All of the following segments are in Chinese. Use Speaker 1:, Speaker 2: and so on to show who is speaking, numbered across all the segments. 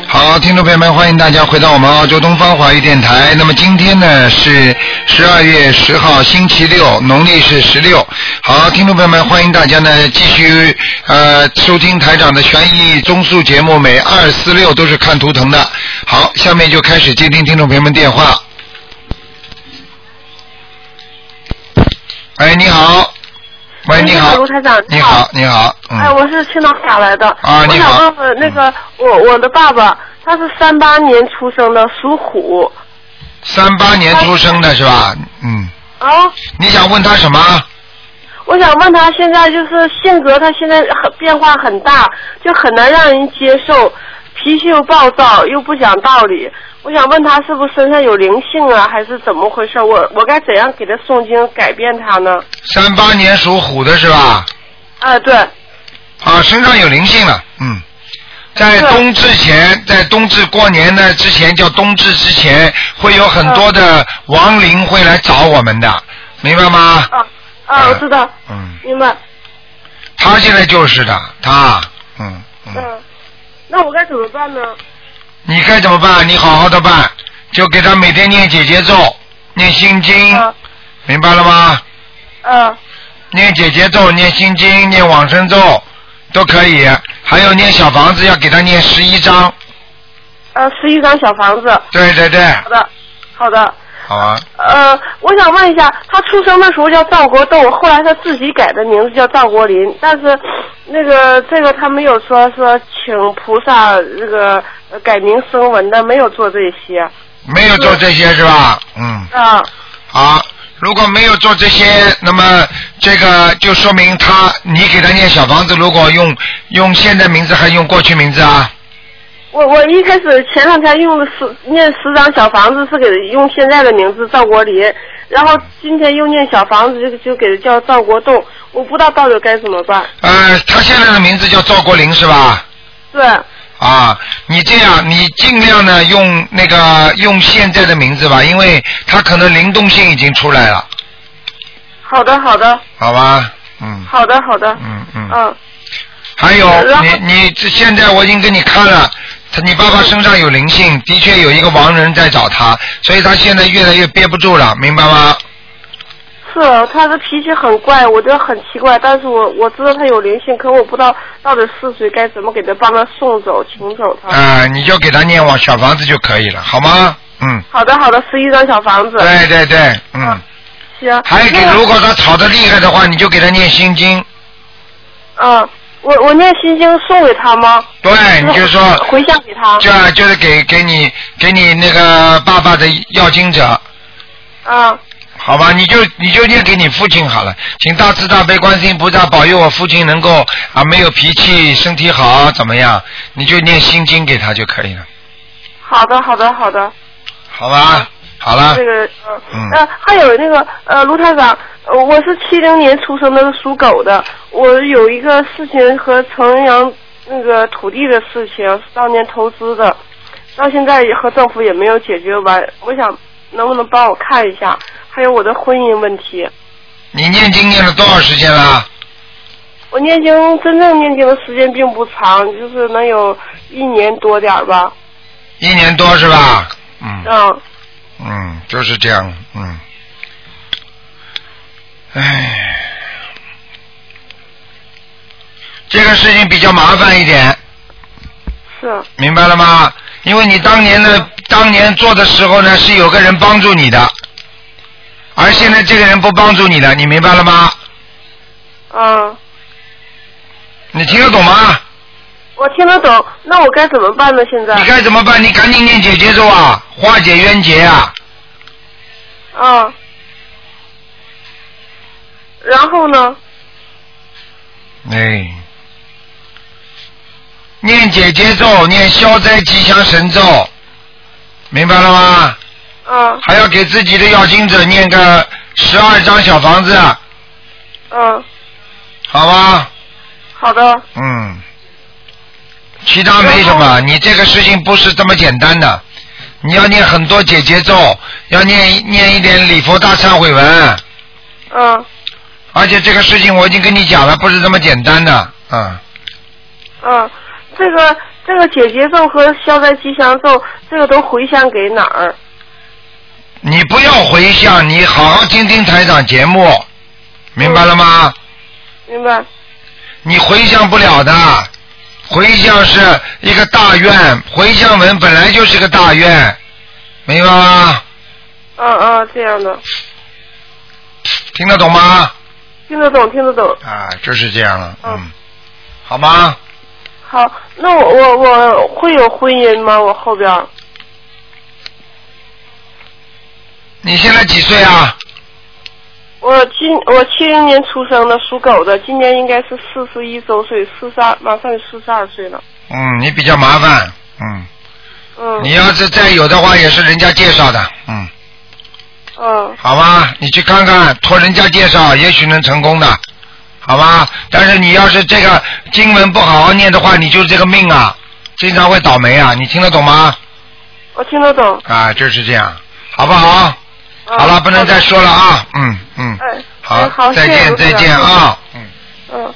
Speaker 1: 朋友们，欢迎大家回到我们澳洲东方华语电台。那么今天呢是十二月十号，星期六，农历是十六。好，听众朋友们，欢迎大家呢继续呃收听台长的悬疑综述节目，每二四六都是看图腾的。好，下面就开始接听听众朋友们电话。哎，你好，喂，哎你好，
Speaker 2: 哎卢台长，
Speaker 1: 你好，你好，嗯，
Speaker 2: 哎，我是青岛打来的。
Speaker 1: 啊
Speaker 2: 我
Speaker 1: 你
Speaker 2: 想
Speaker 1: 好嗯
Speaker 2: 问问那个我我的爸爸，他是三八年出生的，属虎。
Speaker 1: 三八年出生的是吧？嗯，
Speaker 2: 啊，
Speaker 1: 你想问他什么？
Speaker 2: 我想问他现在就是性格，他现在很变化很大，就很难让人接受，脾气又暴躁，又不讲道理。我想问他是不是身上有灵性啊，还是怎么回事？我我该怎样给他诵经改变他呢？
Speaker 1: 三八年属虎的是吧？
Speaker 2: 啊，对，
Speaker 1: 啊，身上有灵性了，嗯，在
Speaker 2: 对
Speaker 1: 冬至前，在冬至过年呢之前，叫冬至之前，会有很多的亡灵会来找我们的，明白吗？
Speaker 2: 啊啊，我知道，
Speaker 1: 嗯，
Speaker 2: 明白。
Speaker 1: 他现在就是的，他，嗯嗯，
Speaker 2: 嗯，那我该怎么办呢？
Speaker 1: 你该怎么办？你好好的办，就给他每天念姐姐咒，念心经，
Speaker 2: 啊，
Speaker 1: 明白了吗？
Speaker 2: 啊，
Speaker 1: 念姐姐咒，念心经，念往生咒都可以，还有念小房子要给他念十一章，
Speaker 2: 呃，十一张小房子。
Speaker 1: 对对对，
Speaker 2: 好的，好的。
Speaker 1: 好吧。
Speaker 2: 呃，我想问一下，他出生的时候叫赵国栋，后来他自己改的名字叫赵国林，但是那个这个他没有说说请菩萨这个呃改名声闻的，没有做这些
Speaker 1: 没有做这些是吧？嗯，
Speaker 2: 啊。
Speaker 1: 好，如果没有做这些，那么这个就说明他，你给他念小房子，如果用用现在名字还用过去名字啊？
Speaker 2: 我我一开始前两天用的十念十张小房子是给用现在的名字赵国林，然后今天又念小房子就就给叫赵国栋，我不知道到底该怎么办。
Speaker 1: 呃，他现在的名字叫赵国林是吧？
Speaker 2: 对，
Speaker 1: 啊，你这样，你尽量呢用那个用现在的名字吧，因为他可能灵动性已经出来了，
Speaker 2: 好的好的
Speaker 1: 好吧？嗯
Speaker 2: 好的好的，
Speaker 1: 嗯嗯。
Speaker 2: 嗯。
Speaker 3: 哦
Speaker 1: 还有
Speaker 2: 然后
Speaker 1: 你你这现在我已经给你看了，他你爸爸身上有灵性，的确有一个亡人在找他，所以他现在越来越憋不住了，明白
Speaker 2: 嗯
Speaker 1: 吗？
Speaker 2: 是他的脾气很怪，我觉得很奇怪，但是我我知道他有灵性，可我不知道到底是谁，该怎么给他帮他送走、请走他。
Speaker 1: 啊、你就给他念往小房子就可以了，好吗？嗯，
Speaker 2: 好的，好的，十一张小房子。
Speaker 1: 对对对，嗯
Speaker 2: 嗯，行。
Speaker 1: 还给
Speaker 2: 那个
Speaker 1: 如果他吵得厉害的话，你就给他念心经，
Speaker 2: 嗯，我我念心经送给他吗？
Speaker 1: 对，你就说，
Speaker 2: 回向给他。
Speaker 1: 就啊就是给给你给你那个爸爸的要经者，
Speaker 2: 嗯，
Speaker 1: 好吧，你就你就念给你父亲好了，请大慈大悲观世音菩萨保佑我父亲能够啊没有脾气，身体好，怎么样？你就念心经给他就可以了，
Speaker 2: 好的，好的，好的。
Speaker 1: 好吧？好了
Speaker 2: 这，个，
Speaker 1: 嗯
Speaker 2: 嗯，呃，还有那个，呃，卢台长，呃我是七零年出生的，属狗的。我有一个事情和城阳那个土地的事情，是当年投资的，到现在也和政府也没有解决完。我想能不能帮我看一下？还有我的婚姻问题，
Speaker 1: 你念经念了多少时间了？
Speaker 2: 我念经真正念经的时间并不长，就是能有一年多点儿吧。
Speaker 1: 一年多是吧？嗯
Speaker 2: 嗯，
Speaker 1: 嗯，就是这样，嗯。哎唉，这个事情比较麻烦一点，
Speaker 2: 是，
Speaker 1: 明白了吗？因为你当年呢，当年做的时候呢，是有个人帮助你的，而现在这个人不帮助你了，你明白了吗？
Speaker 2: 嗯，
Speaker 1: 你听得懂吗？
Speaker 2: 我听得懂。那我该怎么办呢？现在？
Speaker 1: 你该怎么办？你赶紧念姐姐咒啊，化解冤结啊！
Speaker 2: 啊。然后呢？
Speaker 1: 哎，念姐姐咒，念消灾吉祥神咒，明白了吗？
Speaker 2: 啊
Speaker 1: 还要给自己的要经者念个十二张小房子，
Speaker 2: 嗯，
Speaker 1: 好吧？
Speaker 2: 好的，
Speaker 1: 嗯，其他没什
Speaker 2: 然
Speaker 1: 么，你这个事情不是这么简单的，你要念很多姐姐咒，要念一念一点礼佛大忏悔文，
Speaker 2: 嗯
Speaker 1: 而且这个事情我已经跟你讲了，不是这么简单的，嗯，
Speaker 2: 嗯，这个这个解结咒和消灾吉祥咒，这个都回向给哪儿？
Speaker 1: 你不要回向，你好好听听台长节目，明白了吗？
Speaker 2: 明白？
Speaker 1: 你回向不了的，回向是一个大愿，回向文本来就是个大愿，明白吗？
Speaker 2: 嗯嗯，这样的，
Speaker 1: 听得懂吗？
Speaker 2: 听得懂，听得懂。
Speaker 1: 啊，就是这样了，嗯
Speaker 2: 嗯，
Speaker 1: 好吗？
Speaker 2: 好，那我我我会有婚姻吗？我后边儿
Speaker 1: 你现在几岁啊？
Speaker 2: 我今我七零年出生的，属狗的，今年应该是四十一周岁，四十二，马上有四十二岁了。
Speaker 1: 嗯，你比较麻烦，嗯，
Speaker 2: 嗯，
Speaker 1: 你要是再有的话，也是人家介绍的，嗯，
Speaker 2: 嗯
Speaker 1: 好吧，你去看看，托人家介绍，也许能成功的，好吧？但是你要是这个经文不好好念的话，你就这个命啊，经常会倒霉啊，你听得懂吗？
Speaker 2: 我听得懂。
Speaker 1: 啊，就是这样，好不好？
Speaker 2: 嗯
Speaker 1: 好了，不能再
Speaker 2: 的
Speaker 1: 说了啊，嗯嗯，
Speaker 2: 哎，
Speaker 1: 好
Speaker 2: 哎，好，
Speaker 1: 再
Speaker 2: 谢谢
Speaker 1: 见
Speaker 2: 卢
Speaker 1: 再
Speaker 2: 台长
Speaker 1: 见。啊，嗯，
Speaker 2: 嗯。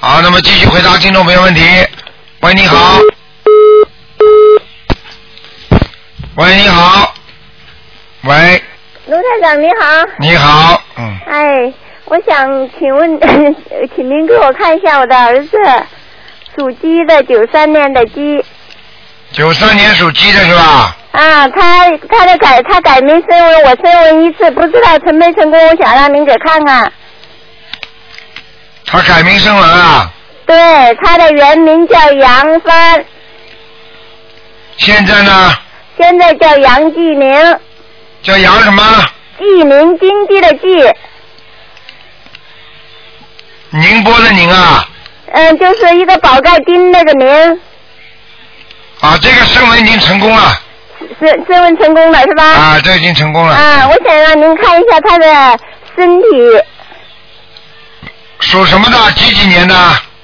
Speaker 1: 好，那么继续回答听众朋友问题。喂，你好。喂，你好。喂，
Speaker 4: 卢台长你好，
Speaker 1: 你好，嗯，
Speaker 4: 哎，我想请问， 请您给我看一下我的儿子，属鸡的，九三年的鸡
Speaker 1: 九三年属鸡的是吧？
Speaker 4: 啊，他他的改他改名声纹，我声纹一次，不知道成没成功，我想让您给看看。
Speaker 1: 他改名声纹啊，
Speaker 4: 对，他的原名叫杨帆，
Speaker 1: 现在呢
Speaker 4: 现在叫杨继明，
Speaker 1: 叫杨什么？
Speaker 4: 继明经济的继，
Speaker 1: 宁波的宁啊，
Speaker 4: 嗯，就是一个宝盖丁那个名，
Speaker 1: 啊，这个声纹已经成功了，
Speaker 4: 声声纹成功了是吧？
Speaker 1: 啊，这已经成功了。
Speaker 4: 啊，我想让您看一下他的身体。
Speaker 1: 属什么的？几几年的？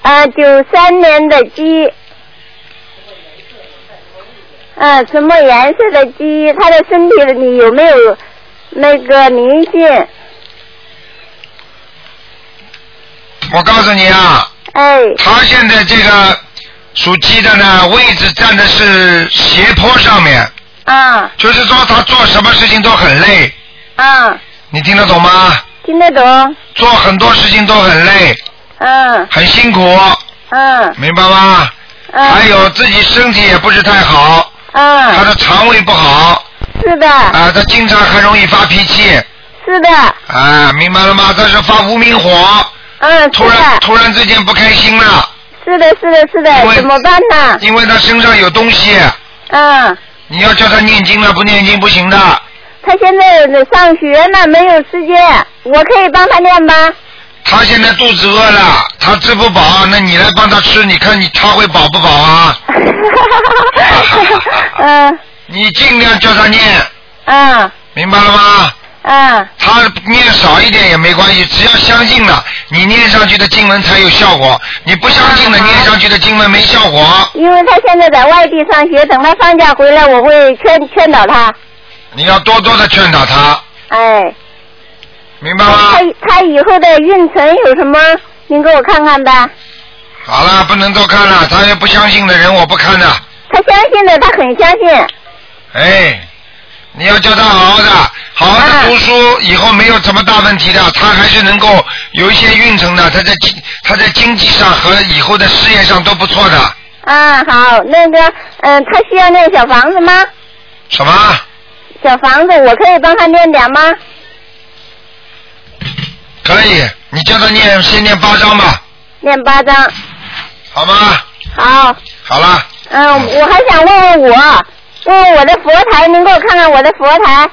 Speaker 4: 啊，九三年的鸡。啊，什么颜色的鸡？它的身体里有没有那个灵性？
Speaker 1: 我告诉你啊，
Speaker 4: 哎，
Speaker 1: 他现在这个属鸡的呢，位置站的是斜坡上面，
Speaker 4: 啊
Speaker 1: 就是说他做什么事情都很累，
Speaker 4: 啊，
Speaker 1: 你听得懂吗？
Speaker 4: 听得懂？
Speaker 1: 做很多事情都很累，
Speaker 4: 嗯
Speaker 1: 很辛苦，
Speaker 4: 嗯
Speaker 1: 明白吗？还
Speaker 4: 嗯
Speaker 1: 有自己身体也不是太好，他
Speaker 4: 嗯，
Speaker 1: 的肠胃不好
Speaker 4: 是的，
Speaker 1: 啊，他经常很容易发脾气
Speaker 4: 是的，
Speaker 1: 啊，明白了吗？他是发无名火，
Speaker 4: 嗯，是
Speaker 1: 突然
Speaker 4: 的，
Speaker 1: 突然之间不开心了，
Speaker 4: 是的，是的，是
Speaker 1: 因
Speaker 4: 的，
Speaker 1: 为
Speaker 4: 怎么办呢？
Speaker 1: 因为他身上有东西，
Speaker 4: 嗯，
Speaker 1: 你要叫他念经了，不念经不行的。
Speaker 4: 他现在上学呢，没有时间，我可以帮他念吧？
Speaker 1: 他现在肚子饿了，他吃不饱，那你来帮他吃，你看你他会饱不饱 啊？
Speaker 4: 嗯
Speaker 1: 你尽量叫他念，
Speaker 4: 嗯
Speaker 1: 明白了吗？
Speaker 4: 嗯
Speaker 1: 他念少一点也没关系，只要相信了，你念上去的经文才有效果。你不相信的，
Speaker 4: 嗯好
Speaker 1: 念上去的经文没效果。
Speaker 4: 因为他现在在外地上学，等他放假回来，我会劝劝导他。
Speaker 1: 你要多多的劝导他，
Speaker 4: 哎，
Speaker 1: 明白吗
Speaker 4: 他？他以后的运程有什么？您给我看看吧。
Speaker 1: 好了，不能多看了，他要不相信的人我不看的。
Speaker 4: 他相信的，他很相信。
Speaker 1: 哎，你要叫他好好的，好好的读书，以后没有什么大问题的，他还是能够有一些运程的，他在经他在经济上和以后的事业上都不错的。
Speaker 4: 啊，好，那个，嗯，他需要念小房子吗？
Speaker 1: 什么？
Speaker 4: 小房子，我可以帮他念点吗？
Speaker 1: 可以，你叫他念先念八章吧，
Speaker 4: 念八张。
Speaker 1: 好吗？
Speaker 4: 好，
Speaker 1: 好了，
Speaker 4: 嗯，我还想问问我，问问我的佛台，您给我看看我的佛台，
Speaker 1: 啊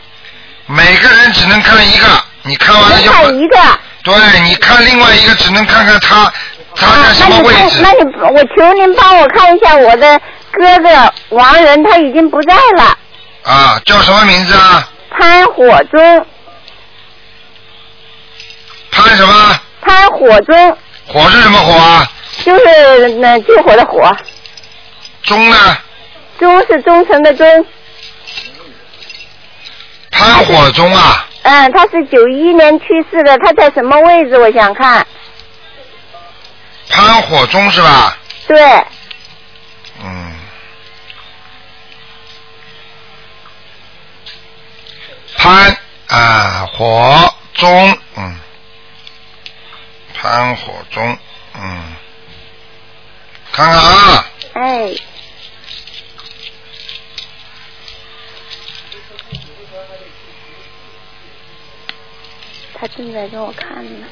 Speaker 1: 每个人只能看一个，你看完了
Speaker 4: 只
Speaker 1: 就
Speaker 4: 看一个。
Speaker 1: 对，你看另外一个只能看看他他在什么位置
Speaker 4: 啊那。你看，那你我求您帮我看一下我的哥哥王仁，他已经不在了。
Speaker 1: 啊，叫什么名字啊？
Speaker 4: 潘火忠，
Speaker 1: 潘什么？
Speaker 4: 潘火忠
Speaker 1: 火是什么火啊？
Speaker 4: 就是那救火的火，
Speaker 1: 忠呢？
Speaker 4: 忠是忠诚的忠。
Speaker 1: 潘火忠啊。
Speaker 4: 嗯，他是九一年去世的，他在什么位置？我想看。
Speaker 1: 潘火忠是吧？
Speaker 4: 对，
Speaker 1: 嗯潘啊火中，嗯，潘火中，嗯，看看啊，
Speaker 4: 哎，他正在给我看呢。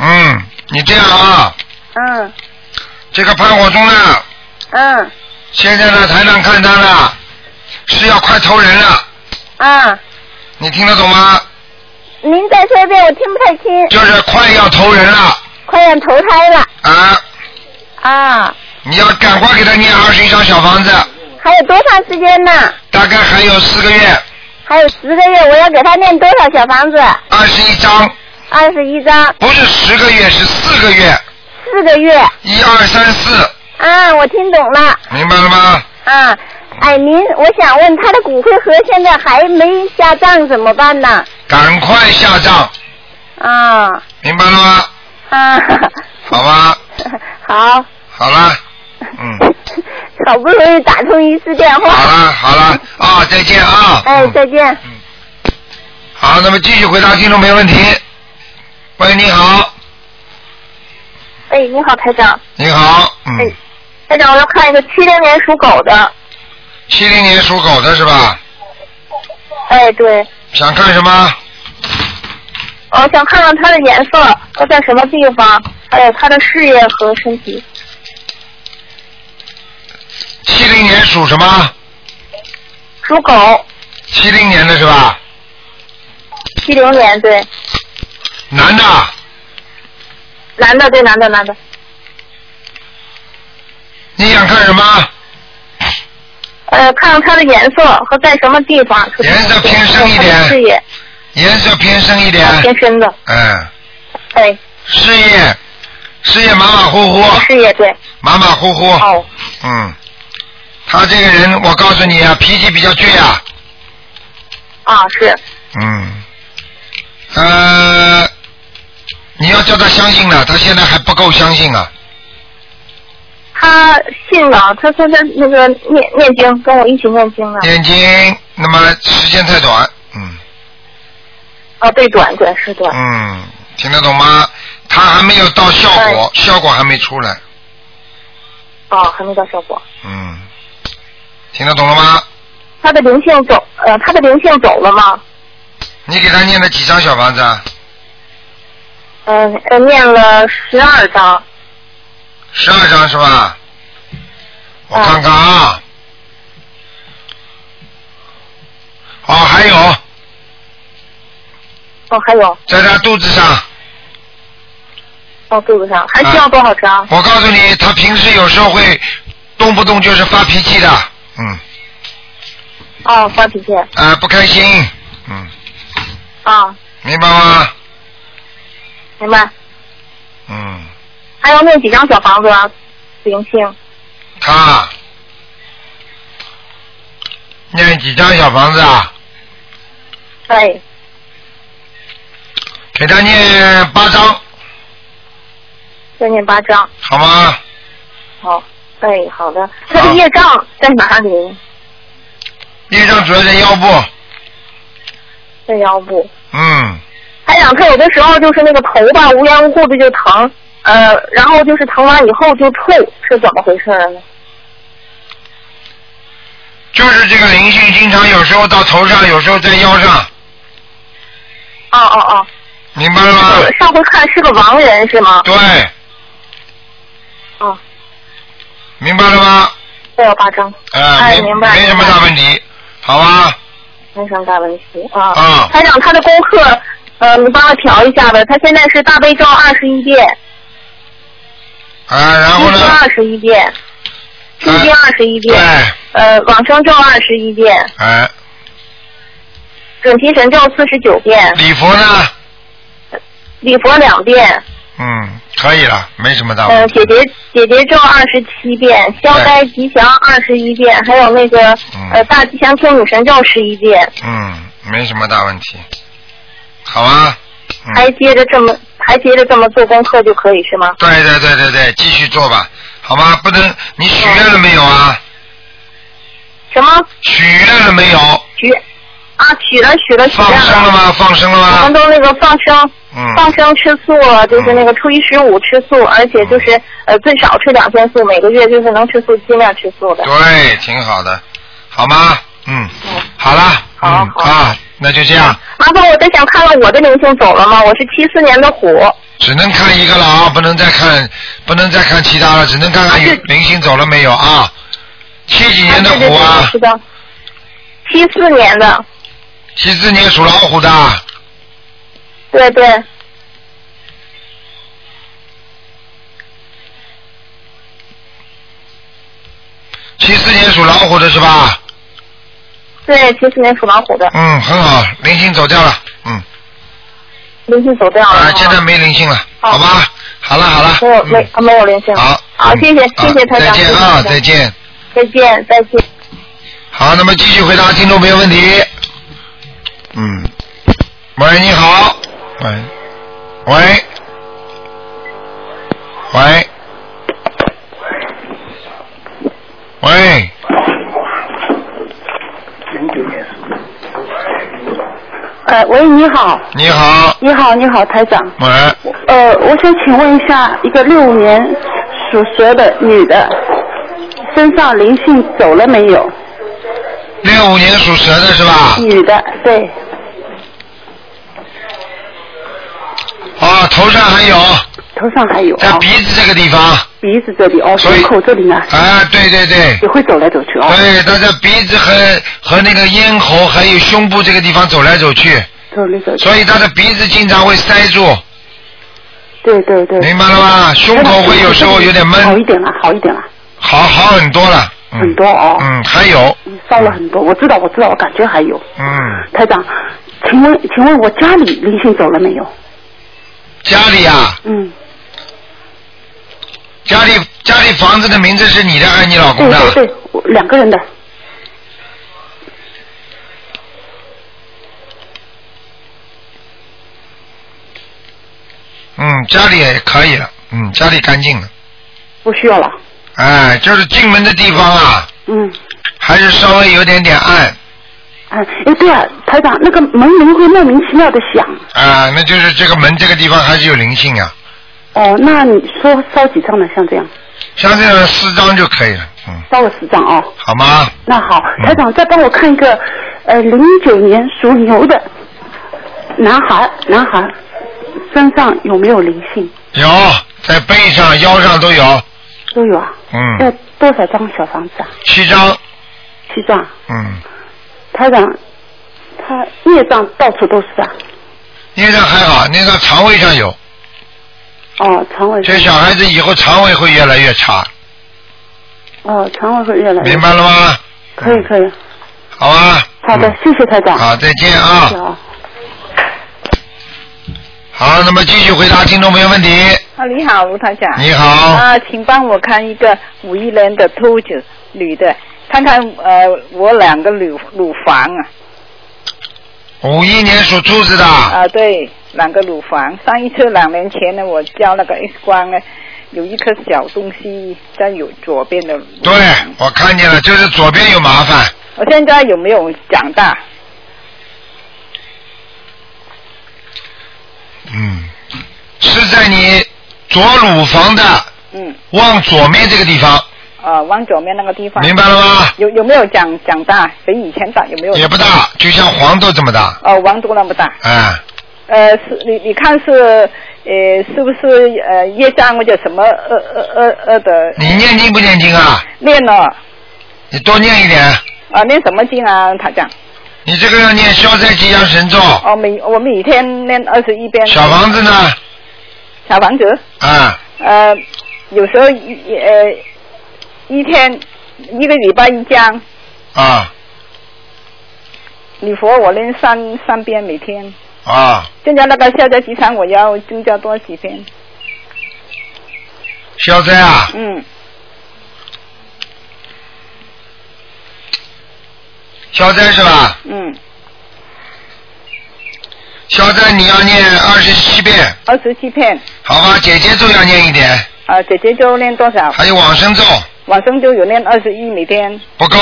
Speaker 1: 嗯，你这样啊，
Speaker 4: 嗯
Speaker 1: 这个潘火中呢，
Speaker 4: 嗯
Speaker 1: 现在呢台长看他呢是要快投人了，
Speaker 4: 啊，
Speaker 1: 你听得懂吗？
Speaker 4: 您再说一遍，我听不太清。
Speaker 1: 就是快要投人了
Speaker 4: 快要投胎了
Speaker 1: 啊！
Speaker 4: 啊！
Speaker 1: 你要赶快给他念二十一张小房子，
Speaker 4: 还有多长时间呢？
Speaker 1: 大概还有四个月，
Speaker 4: 还有十个月，我要给他念多少小房子？
Speaker 1: 二十一张，
Speaker 4: 二十一张，
Speaker 1: 不是十个月，是四个月，
Speaker 4: 四个月。
Speaker 1: 一二三四，
Speaker 4: 啊，我听懂了。
Speaker 1: 明白了吗？
Speaker 4: 啊，哎，您，我想问他的骨灰盒现在还没下葬，怎么办呢？
Speaker 1: 赶快下账，
Speaker 4: 啊
Speaker 1: 明白了吗？
Speaker 4: 啊，
Speaker 1: 好吧，
Speaker 4: 好，
Speaker 1: 好了，嗯，
Speaker 4: 好不容易打通一次电话。
Speaker 1: 好了，好了，啊，再见啊。
Speaker 4: 哎，
Speaker 1: 嗯
Speaker 4: 再见。
Speaker 1: 好，那么继续回答听众没问题。喂，你好，
Speaker 3: 哎，你好，台长。
Speaker 1: 你好，嗯
Speaker 3: 哎，台长，我要看一个七零年属狗的。
Speaker 1: 七零年属狗的是吧？
Speaker 3: 哎，对，
Speaker 1: 想看什么？
Speaker 3: 我想看看它的颜色，它在什么地方，还有它的事业和身体。
Speaker 1: 七零年属什么？
Speaker 3: 属狗，
Speaker 1: 七零年的是吧？
Speaker 3: 七零年，对，
Speaker 1: 男的，
Speaker 3: 男的，对，男的，男的。
Speaker 1: 你想看什么？
Speaker 3: 呃，看看它的颜色和在什么地方。
Speaker 1: 颜色偏深一点
Speaker 3: 还有它的事业啊
Speaker 1: 颜色偏深一点，
Speaker 3: 偏深的，
Speaker 1: 嗯，
Speaker 3: 哎，
Speaker 1: 事业，事业马马虎虎，
Speaker 3: 事业对，
Speaker 1: 马马虎虎，
Speaker 3: 哦，
Speaker 1: 嗯，他这个人，我告诉你啊，脾气比较倔啊，
Speaker 3: 啊是，
Speaker 1: 嗯，呃，你要叫他相信了，他现在还不够相信啊，
Speaker 3: 他信了，他他他那个念念经，跟我一起念经了。
Speaker 1: 眼睛，哎那么时间太短，嗯
Speaker 3: 啊，对，短短是短，
Speaker 1: 嗯，听得懂吗？他还没有到效果，效果还没出来，
Speaker 3: 啊，还没到效果。
Speaker 1: 嗯，听得懂了吗？
Speaker 3: 他的灵性走，呃，他的灵性走了吗？
Speaker 1: 你给他念了几张小房子啊？
Speaker 3: 嗯、呃，念了十二章。
Speaker 1: 十二张是吧？我看看啊。
Speaker 3: 嗯
Speaker 1: 哦，还有
Speaker 3: 哦，还有，
Speaker 1: 在他肚子上，
Speaker 3: 哦，对不上，还需要多少章？
Speaker 1: 啊我告诉你，他平时有时候会动不动就是发脾气的，嗯，
Speaker 3: 哦，发脾气，
Speaker 1: 啊，不开心，嗯，
Speaker 3: 啊，
Speaker 1: 明白吗？
Speaker 3: 明白。
Speaker 1: 嗯，
Speaker 3: 还有那几张小房子啊，灵性，
Speaker 1: 他念几张小房子啊？
Speaker 3: 哎，
Speaker 1: 给他念八张，
Speaker 3: 再念八张。
Speaker 1: 好吗？
Speaker 3: 好，哎，好的。他的业障在哪里？
Speaker 1: 业障主要在腰部，
Speaker 3: 在腰部。
Speaker 1: 嗯，
Speaker 3: 还想他有的时候就是那个头吧，无缘无故的就疼，呃，然后就是疼完以后就吐，是怎么回事呢？
Speaker 1: 就是这个灵性，经常有时候到头上，有时候在腰上，
Speaker 3: 哦哦哦，
Speaker 1: 明白了吗？
Speaker 3: 呃上回看是个亡人是吗？
Speaker 1: 对，
Speaker 3: 哦，
Speaker 1: 明白了吗？
Speaker 3: 再有八张，
Speaker 1: 呃、
Speaker 3: 哎
Speaker 1: 没
Speaker 3: 明白
Speaker 1: 没什么大问题，好吧？
Speaker 3: 没什么大问题啊。
Speaker 1: 啊
Speaker 3: 台长，他的功课，呃，你帮他调一下呗。他现在是大悲咒二十一遍，
Speaker 1: 啊，然后
Speaker 3: 心
Speaker 1: 呢
Speaker 3: 经？二十一遍，心经二十一
Speaker 1: 对，
Speaker 3: 遍，
Speaker 1: 哎、
Speaker 3: 呃，往生咒二十一遍，准提神咒四十九遍，
Speaker 1: 礼佛呢？
Speaker 3: 礼佛两遍，
Speaker 1: 嗯，可以了，没什么大
Speaker 3: 呃
Speaker 1: 问，题。
Speaker 3: 解结解结咒二十七遍，消灾吉祥二十一遍，还有那个
Speaker 1: 嗯
Speaker 3: 呃大吉祥天女神咒十一遍，
Speaker 1: 嗯，没什么大问题，好啊。
Speaker 3: 还
Speaker 1: 嗯，
Speaker 3: 接着这么还接着这么做功课就可以是吗？
Speaker 1: 对对对对对，继续做吧，好吗？不能，你许愿了没有啊？
Speaker 3: 什么
Speaker 1: 许愿了没有？
Speaker 3: 许啊啊，许了许了许
Speaker 1: 放
Speaker 3: 愿
Speaker 1: 生了吗？放生了
Speaker 3: 我们
Speaker 1: 吗？
Speaker 3: 都那个放生，
Speaker 1: 嗯
Speaker 3: 放生吃素了，就是那个初一十五吃素，而且
Speaker 1: 嗯
Speaker 3: 就是呃最少吃两天素，每个月就是能吃素尽量吃素的。
Speaker 1: 对，挺好的，好吗？嗯，好了，
Speaker 3: 好
Speaker 1: 嗯
Speaker 3: 好
Speaker 1: 啊，那就这样，
Speaker 3: 麻烦我再想看看我的灵性走了吗？我是七四年的虎，
Speaker 1: 只能看一个了啊，不能再看，不能再看其他了，只能看看有
Speaker 3: 啊
Speaker 1: 明星走了没有啊？七几年的
Speaker 3: 啊
Speaker 1: 虎
Speaker 3: 对对对我
Speaker 1: 啊，
Speaker 3: 知道。七四年的，
Speaker 1: 七四年属老虎的，
Speaker 3: 对对，
Speaker 1: 七四年属老虎的是吧？
Speaker 3: 对七四年属老虎的，
Speaker 1: 嗯，很好，灵性走掉了，嗯，
Speaker 3: 灵性走掉了。
Speaker 1: 啊，现在没灵性了，
Speaker 3: 好
Speaker 1: 好吧？好了好了，
Speaker 3: 没有没
Speaker 1: 嗯
Speaker 3: 啊没有灵性了。
Speaker 1: 好，
Speaker 3: 好，谢谢谢谢
Speaker 1: 啊
Speaker 3: 台
Speaker 1: 再
Speaker 3: 长，谢谢
Speaker 1: 见啊，
Speaker 3: 台长
Speaker 1: 再见。
Speaker 3: 再见再见。
Speaker 1: 好，那么继续回答听众朋友问题。嗯，喂，你好，喂，喂，喂，喂，
Speaker 5: 呃，喂，你好，
Speaker 1: 你好，
Speaker 5: 你好，你好，台长。
Speaker 1: 喂，
Speaker 5: 呃，我想请问一下，一个六五年属蛇的女的，身上灵性走了没有？
Speaker 1: 六五年属蛇的是吧？
Speaker 5: 女的，对，
Speaker 1: 啊，头上还有，
Speaker 5: 头上还有
Speaker 1: 在
Speaker 5: 哦，
Speaker 1: 鼻子这个地方，
Speaker 5: 鼻子这里哦，
Speaker 1: 所以
Speaker 5: 胸口这里呢，
Speaker 1: 啊，对对对，
Speaker 5: 也会走来走去哦，
Speaker 1: 对，他在鼻子和和那个咽喉还有胸部这个地方走来走去，
Speaker 5: 走来走去。
Speaker 1: 所以他的鼻子经常会塞住。
Speaker 5: 对对对。
Speaker 1: 明白了吗？胸口会有时候有点
Speaker 5: 好
Speaker 1: 闷
Speaker 5: 一，点了，好一点了，
Speaker 1: 好好很多了。嗯、
Speaker 5: 很多哦
Speaker 1: 嗯，还有，
Speaker 5: 嗯烧了很多，我知道，我知道，我感觉还有。
Speaker 1: 嗯，
Speaker 5: 台长，请问，请问我家里灵性走了没有？
Speaker 1: 家里啊，
Speaker 5: 嗯，
Speaker 1: 家里家里房子的名字是你
Speaker 5: 嗯
Speaker 1: 的还哎是你老公
Speaker 5: 对
Speaker 1: 的？
Speaker 5: 对对，我两个人的。
Speaker 1: 嗯，家里也可以了，嗯，家里干净了。
Speaker 5: 不需要了。
Speaker 1: 哎，就是进门的地方啊，
Speaker 5: 嗯，
Speaker 1: 还是稍微有点点暗
Speaker 5: 哎，哎，对啊，台长，那个门铃会莫名其妙的响。
Speaker 1: 啊、那就是这个门这个地方还是有灵性啊。
Speaker 5: 哦，那你说烧几张呢？像这样，
Speaker 1: 像这样四张就可以了，嗯，
Speaker 5: 烧了十张哦。
Speaker 1: 好吗？
Speaker 5: 那好，
Speaker 1: 嗯
Speaker 5: 台长再帮我看一个，呃，零九年属牛的男孩，男孩身上有没有灵性？
Speaker 1: 有，在背上、腰上都有，
Speaker 5: 都有啊。要
Speaker 1: 嗯，
Speaker 5: 多少张小房子啊？
Speaker 1: 七张，
Speaker 5: 七张啊。
Speaker 1: 嗯。
Speaker 5: 台长，他孽障到处都是啊。
Speaker 1: 孽障还好，孽障肠胃上有，
Speaker 5: 哦，肠胃
Speaker 1: 这小孩子以后肠胃会越来越差，
Speaker 5: 哦，肠胃会越来越
Speaker 1: 明白了吗？
Speaker 5: 可以可以，
Speaker 1: 好吧。
Speaker 5: 好的，
Speaker 1: 嗯
Speaker 5: 谢谢台长。
Speaker 1: 好，再见
Speaker 5: 谢谢
Speaker 1: 啊。
Speaker 5: 啊。
Speaker 1: 好，那么继续回答听众朋友问题。
Speaker 6: 啊，你好，卢台长。
Speaker 1: 你好，
Speaker 6: 啊，请帮我看一个五一年的兔子女的，看看呃我两个乳乳房啊
Speaker 1: 五一年属兔子的，
Speaker 6: 啊对，两个乳房。上一次两年前呢，我照那个 X 光呢，有一颗小东西在有左边的乳
Speaker 1: 对
Speaker 6: 房。
Speaker 1: 我看见了，就是左边有麻烦，
Speaker 6: 我现在有没有长大？
Speaker 1: 嗯，是在你左乳房的
Speaker 6: 嗯，
Speaker 1: 往左面这个地方，
Speaker 6: 啊，往左面那个地方。
Speaker 1: 明白了吗？
Speaker 6: 有有没有长长大？比以前大有没有？
Speaker 1: 也不大，啊就像黄豆这么大，
Speaker 6: 哦，王多那么大。
Speaker 1: 哎，
Speaker 6: 呃，是你你看是呃是不是呃业障或者什么呃呃呃呃的
Speaker 1: 你念经不念经啊？
Speaker 6: 念了啊、
Speaker 1: 你多念一点，
Speaker 6: 念什么经啊？他讲
Speaker 1: 你这个要念消灾吉祥神咒。
Speaker 6: 哦每我每天念二十一遍
Speaker 1: 小房子呢？
Speaker 6: 小房子
Speaker 1: 啊，
Speaker 6: 呃有时候一呃一天一个礼拜一张，
Speaker 1: 啊
Speaker 6: 礼佛我念三三遍每天。
Speaker 1: 啊！
Speaker 6: 现在那个消灾吉祥我要增加多几遍，
Speaker 1: 消灾啊，
Speaker 6: 嗯，
Speaker 1: 消灾是吧？
Speaker 6: 嗯，
Speaker 1: 消灾你要念二十七遍，
Speaker 6: 二十七片，
Speaker 1: 好吧？姐姐咒要念一点，
Speaker 6: 啊、姐姐就念多少？
Speaker 1: 还有往生咒
Speaker 6: 晚上就有念二十一每天，
Speaker 1: 不够，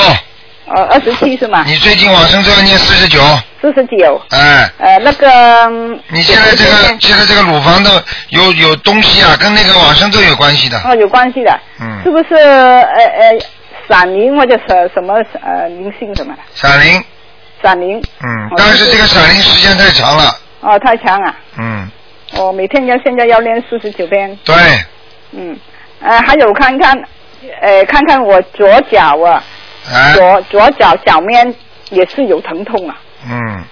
Speaker 6: 呃，二十七是吗？
Speaker 1: 你最近往生咒要念四十九，
Speaker 6: 四十九，
Speaker 1: 哎，
Speaker 6: 呃，那个嗯
Speaker 1: 你现在这个现在这个乳房的有有东西啊，跟那个往生咒有关系的，
Speaker 6: 哦有关系的，
Speaker 1: 嗯
Speaker 6: 是不是呃呃闪灵或者是什么呃灵性什么
Speaker 1: 闪灵，
Speaker 6: 闪灵？
Speaker 1: 嗯
Speaker 6: 哦，
Speaker 1: 但是这个闪灵时间太长了，
Speaker 6: 哦，太强啊！
Speaker 1: 嗯，
Speaker 6: 我、每天要现在要练四十九遍，
Speaker 1: 对，
Speaker 6: 嗯，呃，还有看看，呃，看看我左脚啊，
Speaker 1: 哎，
Speaker 6: 左左脚脚面也是有疼痛啊，
Speaker 1: 嗯，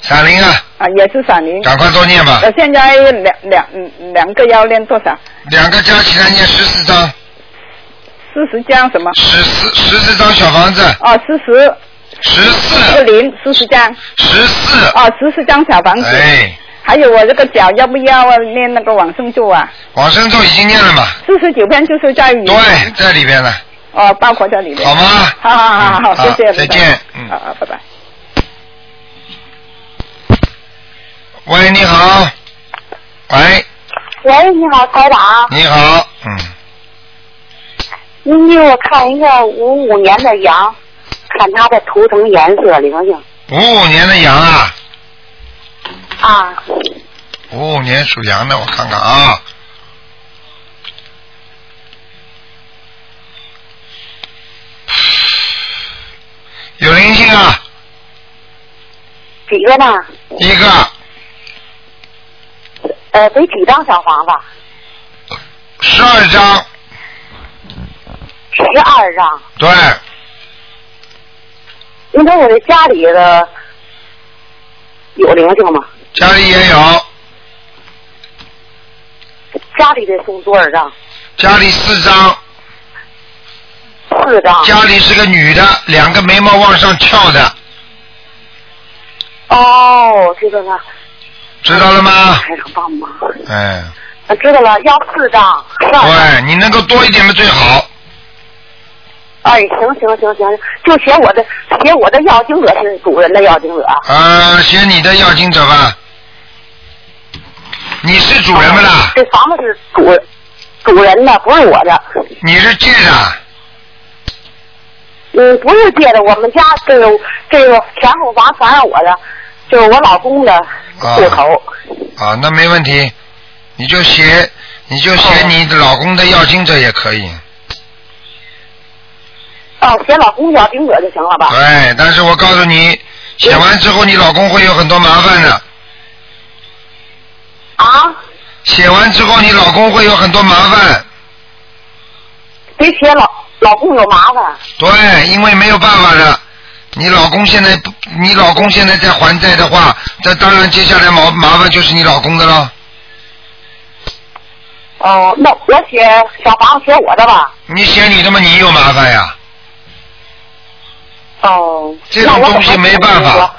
Speaker 1: 闪灵啊，
Speaker 6: 啊，也是闪灵。
Speaker 1: 赶快多念吧
Speaker 6: 我，现在两两嗯两个要练多少？
Speaker 1: 两个加起来念十四张，
Speaker 6: 四十加什么？
Speaker 1: 十四十四张小房子，
Speaker 6: 哦，四十
Speaker 1: 十
Speaker 6: 个
Speaker 1: 四
Speaker 6: 零，四十张，
Speaker 1: 十四，
Speaker 6: 哦，十四张小房子。
Speaker 1: 哎，
Speaker 6: 还有我这个脚要不要啊练那个往生咒啊？
Speaker 1: 往生咒已经念了嘛，
Speaker 6: 四十九遍就是在于
Speaker 1: 对，在里边了，
Speaker 6: 哦，包括在里面。
Speaker 1: 好吗？
Speaker 6: 好好啊好好，
Speaker 1: 嗯
Speaker 6: 谢
Speaker 1: 再
Speaker 6: 谢，拜拜
Speaker 1: 见，嗯
Speaker 6: 好。啊好，拜拜。
Speaker 1: 喂，你好。喂，
Speaker 7: 喂，你好，台长，
Speaker 1: 你好。嗯，
Speaker 7: 您给我看一个五五年的羊，看它的图腾颜色灵性
Speaker 1: 五五年的羊啊，
Speaker 7: 啊，
Speaker 1: 五五年属羊的，我看看啊。有灵性啊，
Speaker 7: 几个呢？
Speaker 1: 一个
Speaker 7: 呃，得几张小房子？
Speaker 1: 十二张，
Speaker 7: 十二张。
Speaker 1: 对，
Speaker 7: 您说我这家里的有灵性吗？
Speaker 1: 家里也有，
Speaker 7: 家里得送多少
Speaker 8: 啊
Speaker 7: 张？
Speaker 1: 家里四张，
Speaker 7: 四张。
Speaker 1: 家里是个女的，两个眉毛往上翘的，
Speaker 7: 哦，知道了。
Speaker 1: 知道了吗？
Speaker 7: 台长帮忙。
Speaker 1: 哎，
Speaker 7: 啊知道了，要四张。是吧
Speaker 1: 对，你能够多一点的最好。
Speaker 7: 哎，行行行行，就写我的写我的药经者是主人的药经者。
Speaker 1: 呃，写你的要经者吧。你是主人不啦？
Speaker 7: 这房子是主主人的，不是我的。
Speaker 1: 你是借的，
Speaker 7: 嗯，不是借的，我们家这个这个前后房全是我的，就是我老公的户口。
Speaker 1: 啊，那没问题，你就写，你就写
Speaker 7: 哦啊
Speaker 1: 你的老公的要经者也可以。
Speaker 7: 哦，写老公叫丁者就行了吧？
Speaker 1: 对，但是我告诉你，写完之后你老公会有很多麻烦的，
Speaker 7: 啊，
Speaker 1: 写完之后你老公会有很多麻烦。
Speaker 7: 得写老老公有麻烦。
Speaker 1: 对，因为没有办法的，你老公现在不，你老公现在在还债的话，那当然接下来麻麻烦就是你老公的了。
Speaker 7: 哦，那我写小房子写我的吧。
Speaker 1: 你写你的嘛，你有麻烦呀。
Speaker 7: 哦，
Speaker 1: 这种
Speaker 7: 那我
Speaker 1: 东西
Speaker 7: 怎么
Speaker 1: 没办
Speaker 7: 写
Speaker 1: 法，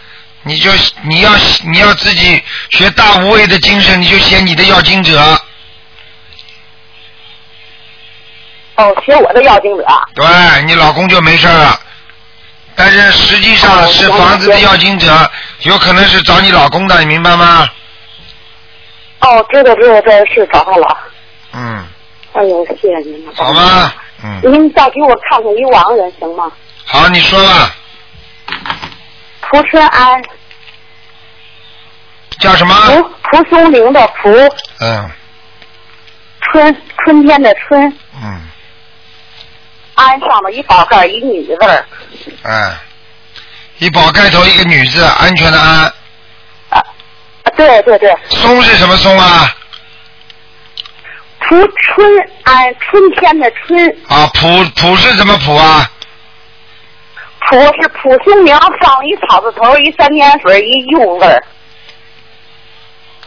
Speaker 1: 你就你要你要自己学大无畏的精神，你就写你的要经者，
Speaker 7: 我的。哦，写我的要经者。
Speaker 1: 对你老公就没事了。但是实际上
Speaker 7: 哦
Speaker 1: 是
Speaker 7: 我
Speaker 1: 房子的
Speaker 7: 明白
Speaker 1: 要经者，有可能是找你老公的，你明白吗？
Speaker 7: 哦，知道知道，这是找到了。
Speaker 1: 嗯，
Speaker 7: 哎呦，谢谢您了。
Speaker 1: 好吗？嗯，
Speaker 7: 您再给我看看一亡人行吗？
Speaker 1: 好，你说吧，
Speaker 7: 蒲春安，
Speaker 1: 叫什
Speaker 7: 蒲
Speaker 1: 么？
Speaker 7: 蒲松龄的蒲，
Speaker 1: 嗯
Speaker 7: 春春天的春，
Speaker 1: 嗯
Speaker 7: 安上面一宝盖儿一女字儿，
Speaker 1: 哎，一宝盖头一个女字，安全的安，
Speaker 7: 啊，啊对对对，
Speaker 1: 松是什么松啊？
Speaker 7: 蒲春安，春天的春，
Speaker 1: 啊，朴朴是什么朴啊？
Speaker 7: 蒲是蒲松龄上一草字头一三点水一又字儿，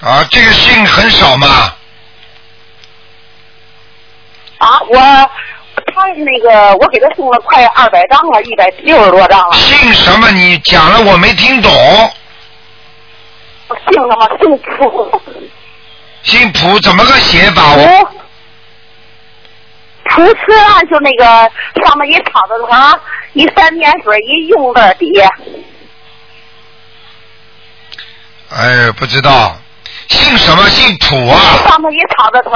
Speaker 1: 啊，这个姓很少嘛。
Speaker 7: 啊，我他那个我给他送了快二百张了，一百六十多张了，
Speaker 1: 姓什么？你讲了我没听懂。
Speaker 7: 我姓什么？姓蒲，
Speaker 1: 姓蒲怎么个写法？
Speaker 3: 哦哎
Speaker 1: 我
Speaker 7: 蒲。蒲春
Speaker 3: 啊
Speaker 7: 安就那个上面一草字头儿一三点水一又字儿底下。
Speaker 1: 哎，不知道。姓什么？姓蒲啊？
Speaker 7: 上头一草字头，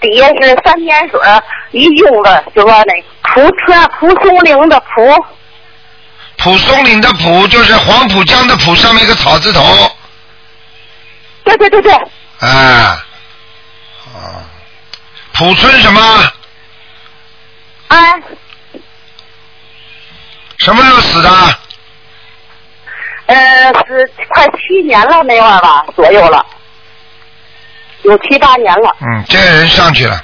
Speaker 7: 底下是三点水，一用字就说那蒲春蒲松龄的蒲，
Speaker 1: 蒲蒲松龄的蒲就是黄浦江的浦，上面一个草字头。
Speaker 3: 对对对对，
Speaker 1: 啊，啊，浦村什么？
Speaker 3: 哎，
Speaker 1: 什么时候死的？
Speaker 3: 呃，是快七年了那样吧，左右了，有七八年了，
Speaker 1: 嗯，这个人上去了。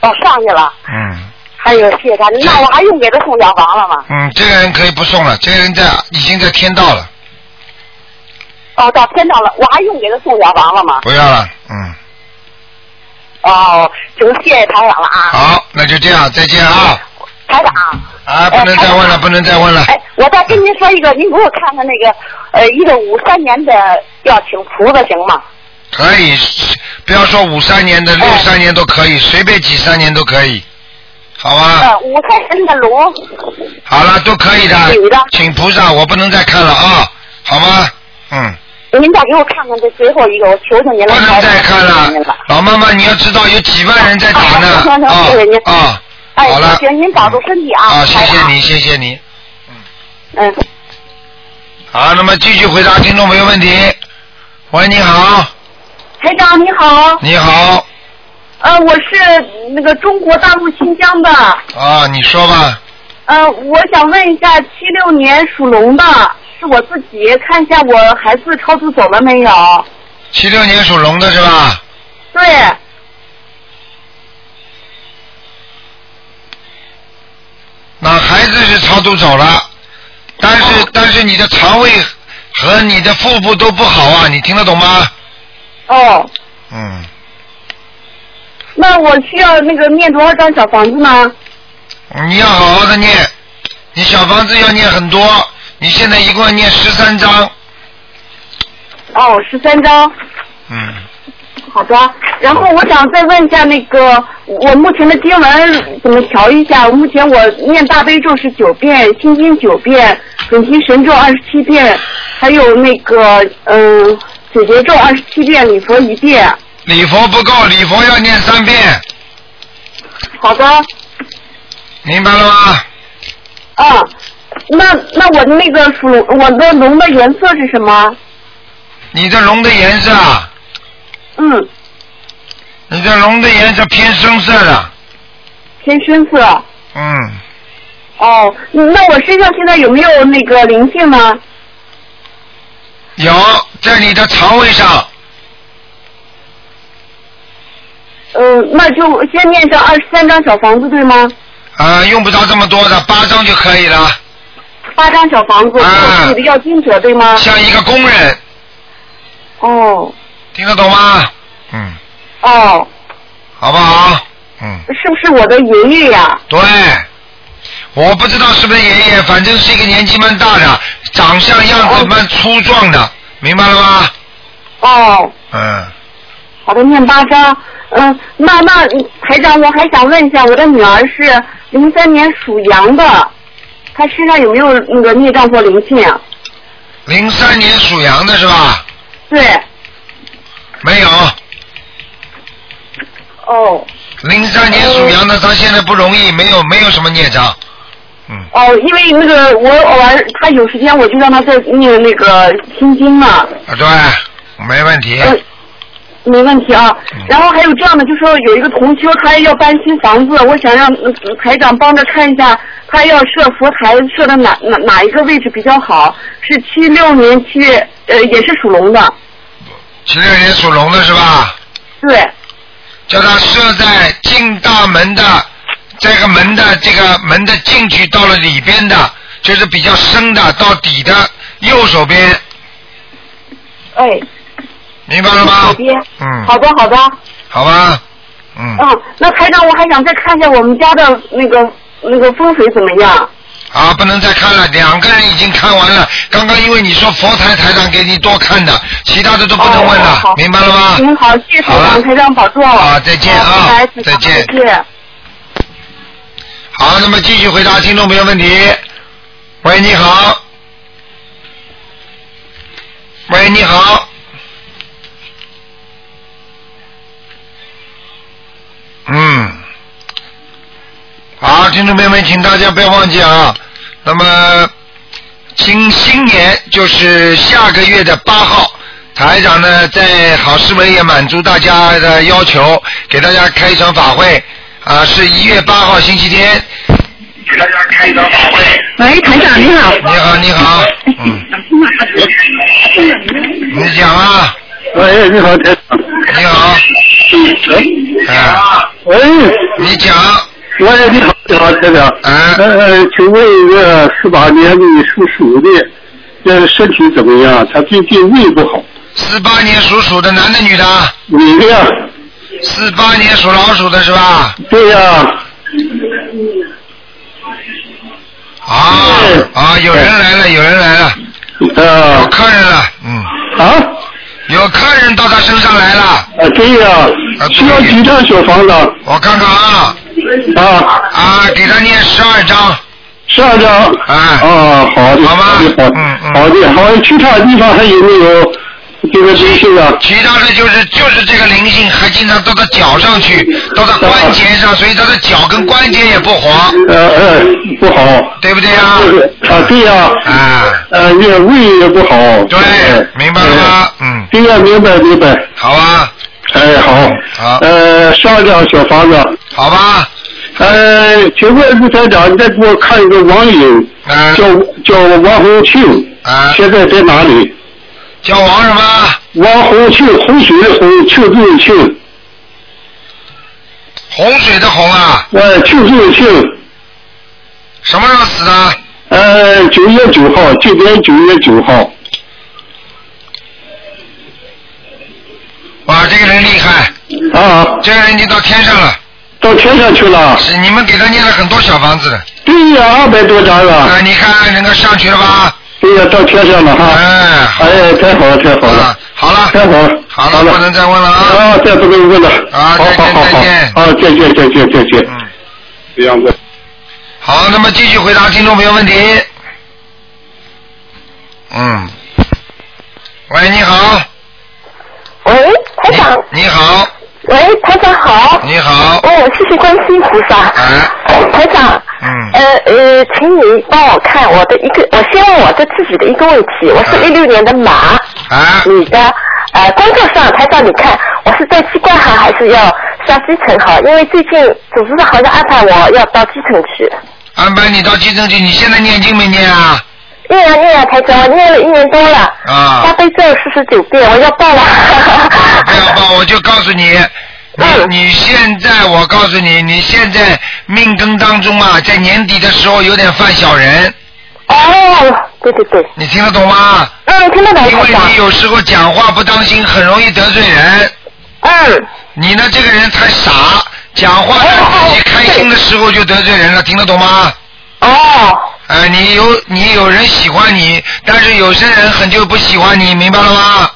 Speaker 3: 哦，上去了。
Speaker 1: 嗯
Speaker 3: 哎呦，谢谢他，那我还用给他送小房了吗？
Speaker 1: 嗯，这个人可以不送了，这个人在已经在天道了，
Speaker 3: 哦，到天上了，我还用给他送小房了吗？
Speaker 1: 不要了。嗯，
Speaker 3: 哦，行，谢谢台长了啊，
Speaker 1: 好，那就这样，再见啊！
Speaker 3: 台长。
Speaker 1: 啊，不能再问了，不能再问了。
Speaker 3: 哎，我再跟您说一个，您给我看看那个，呃，一个五三年的要请菩萨行吗？
Speaker 1: 可以，不要说五三
Speaker 3: 哎
Speaker 1: 年的、六三年都可以，随便几三年都可以，好吧？
Speaker 3: 呃，五三年的龙，
Speaker 1: 好了，都可以的
Speaker 3: 女的。
Speaker 1: 请菩萨，我不能再看了啊，好吗？嗯，
Speaker 3: 您再给我看看这最后一个，我求求您了，
Speaker 1: 不能再看
Speaker 3: 求求您
Speaker 1: 了
Speaker 3: 了。
Speaker 1: 老妈妈，你要知道有几万人在打
Speaker 3: 啊行行
Speaker 1: 呢
Speaker 3: 行谢谢您
Speaker 1: 啊啊！
Speaker 3: 哎，
Speaker 1: 好了
Speaker 3: 行，您保重身体啊，
Speaker 1: 啊，谢
Speaker 3: 台
Speaker 1: 谢
Speaker 3: 长
Speaker 1: 你，。谢谢你。
Speaker 3: 嗯，
Speaker 1: 好，那么继续回答听众朋友问题。喂，你好，
Speaker 7: 台长你好，
Speaker 1: 你好，
Speaker 7: 呃，我是那个中国大陆新疆的，
Speaker 1: 啊，你说吧，
Speaker 7: 呃，我想问一下，七六年属龙的是我自己，看一下我孩子超度走了没有？
Speaker 1: 七六年属龙的是吧？
Speaker 7: 对，
Speaker 1: 那孩子是超度走了，但是、但是你的肠胃和你的腹部都不好啊，你听得懂吗？
Speaker 7: 哦，
Speaker 1: 嗯，
Speaker 7: 那我需要那个念多少张小房子呢？
Speaker 1: 你要好好的念，你小房子要念很多，你现在一共要念十三章，
Speaker 7: 哦，十三张。
Speaker 1: 嗯，
Speaker 7: 好的，然后我想再问一下那个，我目前的经文怎么调一下？目前我念大悲咒是九遍，心经九遍，准提神咒二十七遍，还有那个嗯解结咒二十七遍，礼佛一遍。
Speaker 1: 礼佛不够，礼佛要念三遍，
Speaker 7: 好的，
Speaker 1: 明白了吗？
Speaker 7: 啊，那那我的那个属我的龙的颜色是什么？
Speaker 1: 你这龙的颜色啊，
Speaker 7: 嗯，
Speaker 1: 你这龙的颜色偏深色的，
Speaker 7: 偏深色。
Speaker 1: 嗯。
Speaker 7: 啊哦，那我身上现在有没有那个灵性呢？
Speaker 1: 有在你的肠胃上，
Speaker 7: 嗯，那就先念上二十三张小房子，对吗？
Speaker 1: 啊，用不着这么多的，八张就可以了，
Speaker 7: 八张小房子，
Speaker 1: 啊
Speaker 7: 我自己的要经者对吗？
Speaker 1: 像一个工人，
Speaker 7: 哦
Speaker 1: 听得懂吗？嗯，
Speaker 7: 哦，
Speaker 1: 好不好？嗯，
Speaker 7: 是不是我的爷爷呀？
Speaker 1: 对，我不知道是不是爷爷，反正是一个年纪蛮大的，长相样子蛮粗壮的，明白了吗？
Speaker 7: 哦，
Speaker 1: 嗯，
Speaker 7: 好的，念八张。嗯，那那台长，我还想问一下，我的女儿是零三年属羊的，她身上有没有那个孽障或灵性啊？
Speaker 1: 零三年属羊的是吧？
Speaker 7: 对，
Speaker 1: 没有，
Speaker 7: 哦
Speaker 1: 零三年属羊的，他现在不容易，没有没有什么孽障。嗯，
Speaker 7: 哦，因为那个我偶尔她有时间，我就让她在念那个心经嘛。
Speaker 1: 啊对，没问题。
Speaker 7: 嗯，没问题啊
Speaker 1: 嗯。
Speaker 7: 然后还有这样的，就说有一个同修，他要搬新房子，我想让呃台长帮着看一下，他要设佛台设的哪哪哪一个位置比较好？是七六年七月，呃，也是属龙的，
Speaker 1: 七六年属龙的是吧？
Speaker 7: 对，
Speaker 1: 叫他设在进大门的这个门的这个门的进去到了里边的，就是比较深的到底的右手边，
Speaker 7: 哎，
Speaker 1: 明白了
Speaker 7: 左
Speaker 1: 吗？
Speaker 7: 边。
Speaker 1: 嗯，
Speaker 7: 好的，好的，
Speaker 1: 好吧，嗯，
Speaker 7: 嗯，那台长，我还想再看一下我们家的那个那个风水怎么样？
Speaker 1: 啊，不能再看了，两个人已经看完了。刚刚因为你说佛台台长给你多看的，其他的都不能问
Speaker 7: 哦
Speaker 1: 了，
Speaker 7: 好
Speaker 1: 明白了吗？
Speaker 7: 行，好，谢谢台
Speaker 1: 好了
Speaker 7: 长，台长保重。
Speaker 1: 好再见啊
Speaker 7: 好拜拜
Speaker 1: 再见
Speaker 7: 台长再见。
Speaker 1: 好，那么继续回答听众朋友问题。喂，你好。喂，你好。嗯。好，听众朋友们，请大家不要忘记啊。那么今新年就是下个月的八号。台长呢，在好市委也满足大家的要求，给大家开一场法会啊，是一月八号星期天。给大家开一场法会。
Speaker 9: 喂，台长你好。
Speaker 1: 你好，你好，嗯，你讲啊。
Speaker 3: 喂，哎你好，台长。
Speaker 1: 你好。啊，
Speaker 3: 喂，
Speaker 1: 你讲。
Speaker 3: 喂，你好，你好，台长。
Speaker 1: 啊。
Speaker 3: 呃，请问一个四八年的属鼠的，这身体怎么样？他最近胃不
Speaker 1: 啊
Speaker 3: 好，
Speaker 1: 四八年属鼠的男的女的？
Speaker 3: 女的呀。
Speaker 1: 四八年属老鼠的是吧？
Speaker 3: 对呀、
Speaker 1: 啊啊，有人来了，有人来了，
Speaker 3: 啊
Speaker 1: 有客人了，嗯。
Speaker 3: 啊？
Speaker 1: 有客人到他身上来了。
Speaker 3: 啊，对呀、需要几张小房子？
Speaker 1: 我看看啊。
Speaker 3: 啊。
Speaker 1: 啊，给他念十二章。
Speaker 3: 十二张。
Speaker 1: 啊。嗯
Speaker 3: 啊，好的，好的，好的，好的，好的。其他地方还有没有这个东西啊？
Speaker 1: 其他的就是就是这个灵性还经常到他脚上去，到他关节上，所以他的脚跟关节也不活，
Speaker 3: 啊呃呃，不好。
Speaker 1: 对不对呀、
Speaker 3: 啊，对呀、
Speaker 1: 啊？啊，
Speaker 3: 呃，也胃也不好。对，
Speaker 1: 明白了吗？嗯，
Speaker 3: 对呀、明白明白。
Speaker 1: 好啊。
Speaker 3: 哎，好。
Speaker 1: 好。
Speaker 3: 呃，上辆小房子。
Speaker 1: 好吧。
Speaker 3: 呃，请问陆台长，你再给我看一个网友，
Speaker 1: 啊
Speaker 3: 叫叫王红庆，现在在哪里？
Speaker 1: 叫王什么？
Speaker 3: 王红庆，洪水的洪，庆祝的庆，
Speaker 1: 洪水的洪啊，
Speaker 3: 呃，庆祝的庆。
Speaker 1: 什么时候死的？
Speaker 3: 呃，九月九号，今年九月九号。
Speaker 1: 哇，这个人厉害。
Speaker 3: 啊。
Speaker 1: 这个人已经到天上了。
Speaker 3: 到天上去了。
Speaker 1: 是你们给他念了很多小房子的。
Speaker 3: 对呀、二百多张了。
Speaker 1: 啊、你看能够上去了吧？
Speaker 3: 对呀、到天上了哈。
Speaker 1: 哎，啊
Speaker 3: 哎，太好了，太好了。
Speaker 1: 好了。
Speaker 3: 太好了。
Speaker 1: 嗯好了，不能再问了啊。
Speaker 3: 啊，再不能问了。
Speaker 1: 啊，
Speaker 3: 好
Speaker 1: 再见再
Speaker 3: 好好好
Speaker 1: 见。。
Speaker 3: 啊，再见再见再见。
Speaker 1: 嗯。
Speaker 3: 这样子。
Speaker 1: 好，那么继续回答听众朋友问题。嗯。喂，你好。
Speaker 7: 喂，台长。
Speaker 1: 你好。
Speaker 7: 喂，台长好。
Speaker 1: 你好。
Speaker 7: 哦，谢谢观世音菩萨。台长。
Speaker 1: 啊嗯。
Speaker 7: 呃呃，请你帮我看我的一个，我先问我的自己的一个问题。我是一六年的马。
Speaker 1: 啊。
Speaker 7: 你的呃工作上，台长你看我是在机关好还是要上基层好？因为最近组织上好像安排我要到基层去。
Speaker 1: 安排你到基层去，你现在念经没念啊？
Speaker 7: 念啊念啊，台长，我念了一年多了。
Speaker 1: 啊。
Speaker 7: 大悲咒四十九遍，我要报了。
Speaker 1: 不要报，我就告诉你，你
Speaker 7: 嗯
Speaker 1: 你现在我告诉你，你现在命根当中啊，在年底的时候有点犯小人。
Speaker 7: 哦，对对对。
Speaker 1: 你听得懂吗？
Speaker 7: 嗯，听得懂。
Speaker 1: 因为你有时候讲话不当心，很容易得罪人。
Speaker 7: 嗯。
Speaker 1: 你呢，这个人太傻，讲话呢自己开心的时候就得罪人了，听得懂吗？
Speaker 7: 哦。
Speaker 1: 呃，你有你有人喜欢你，但是有些人很就不喜欢你，明白了吗？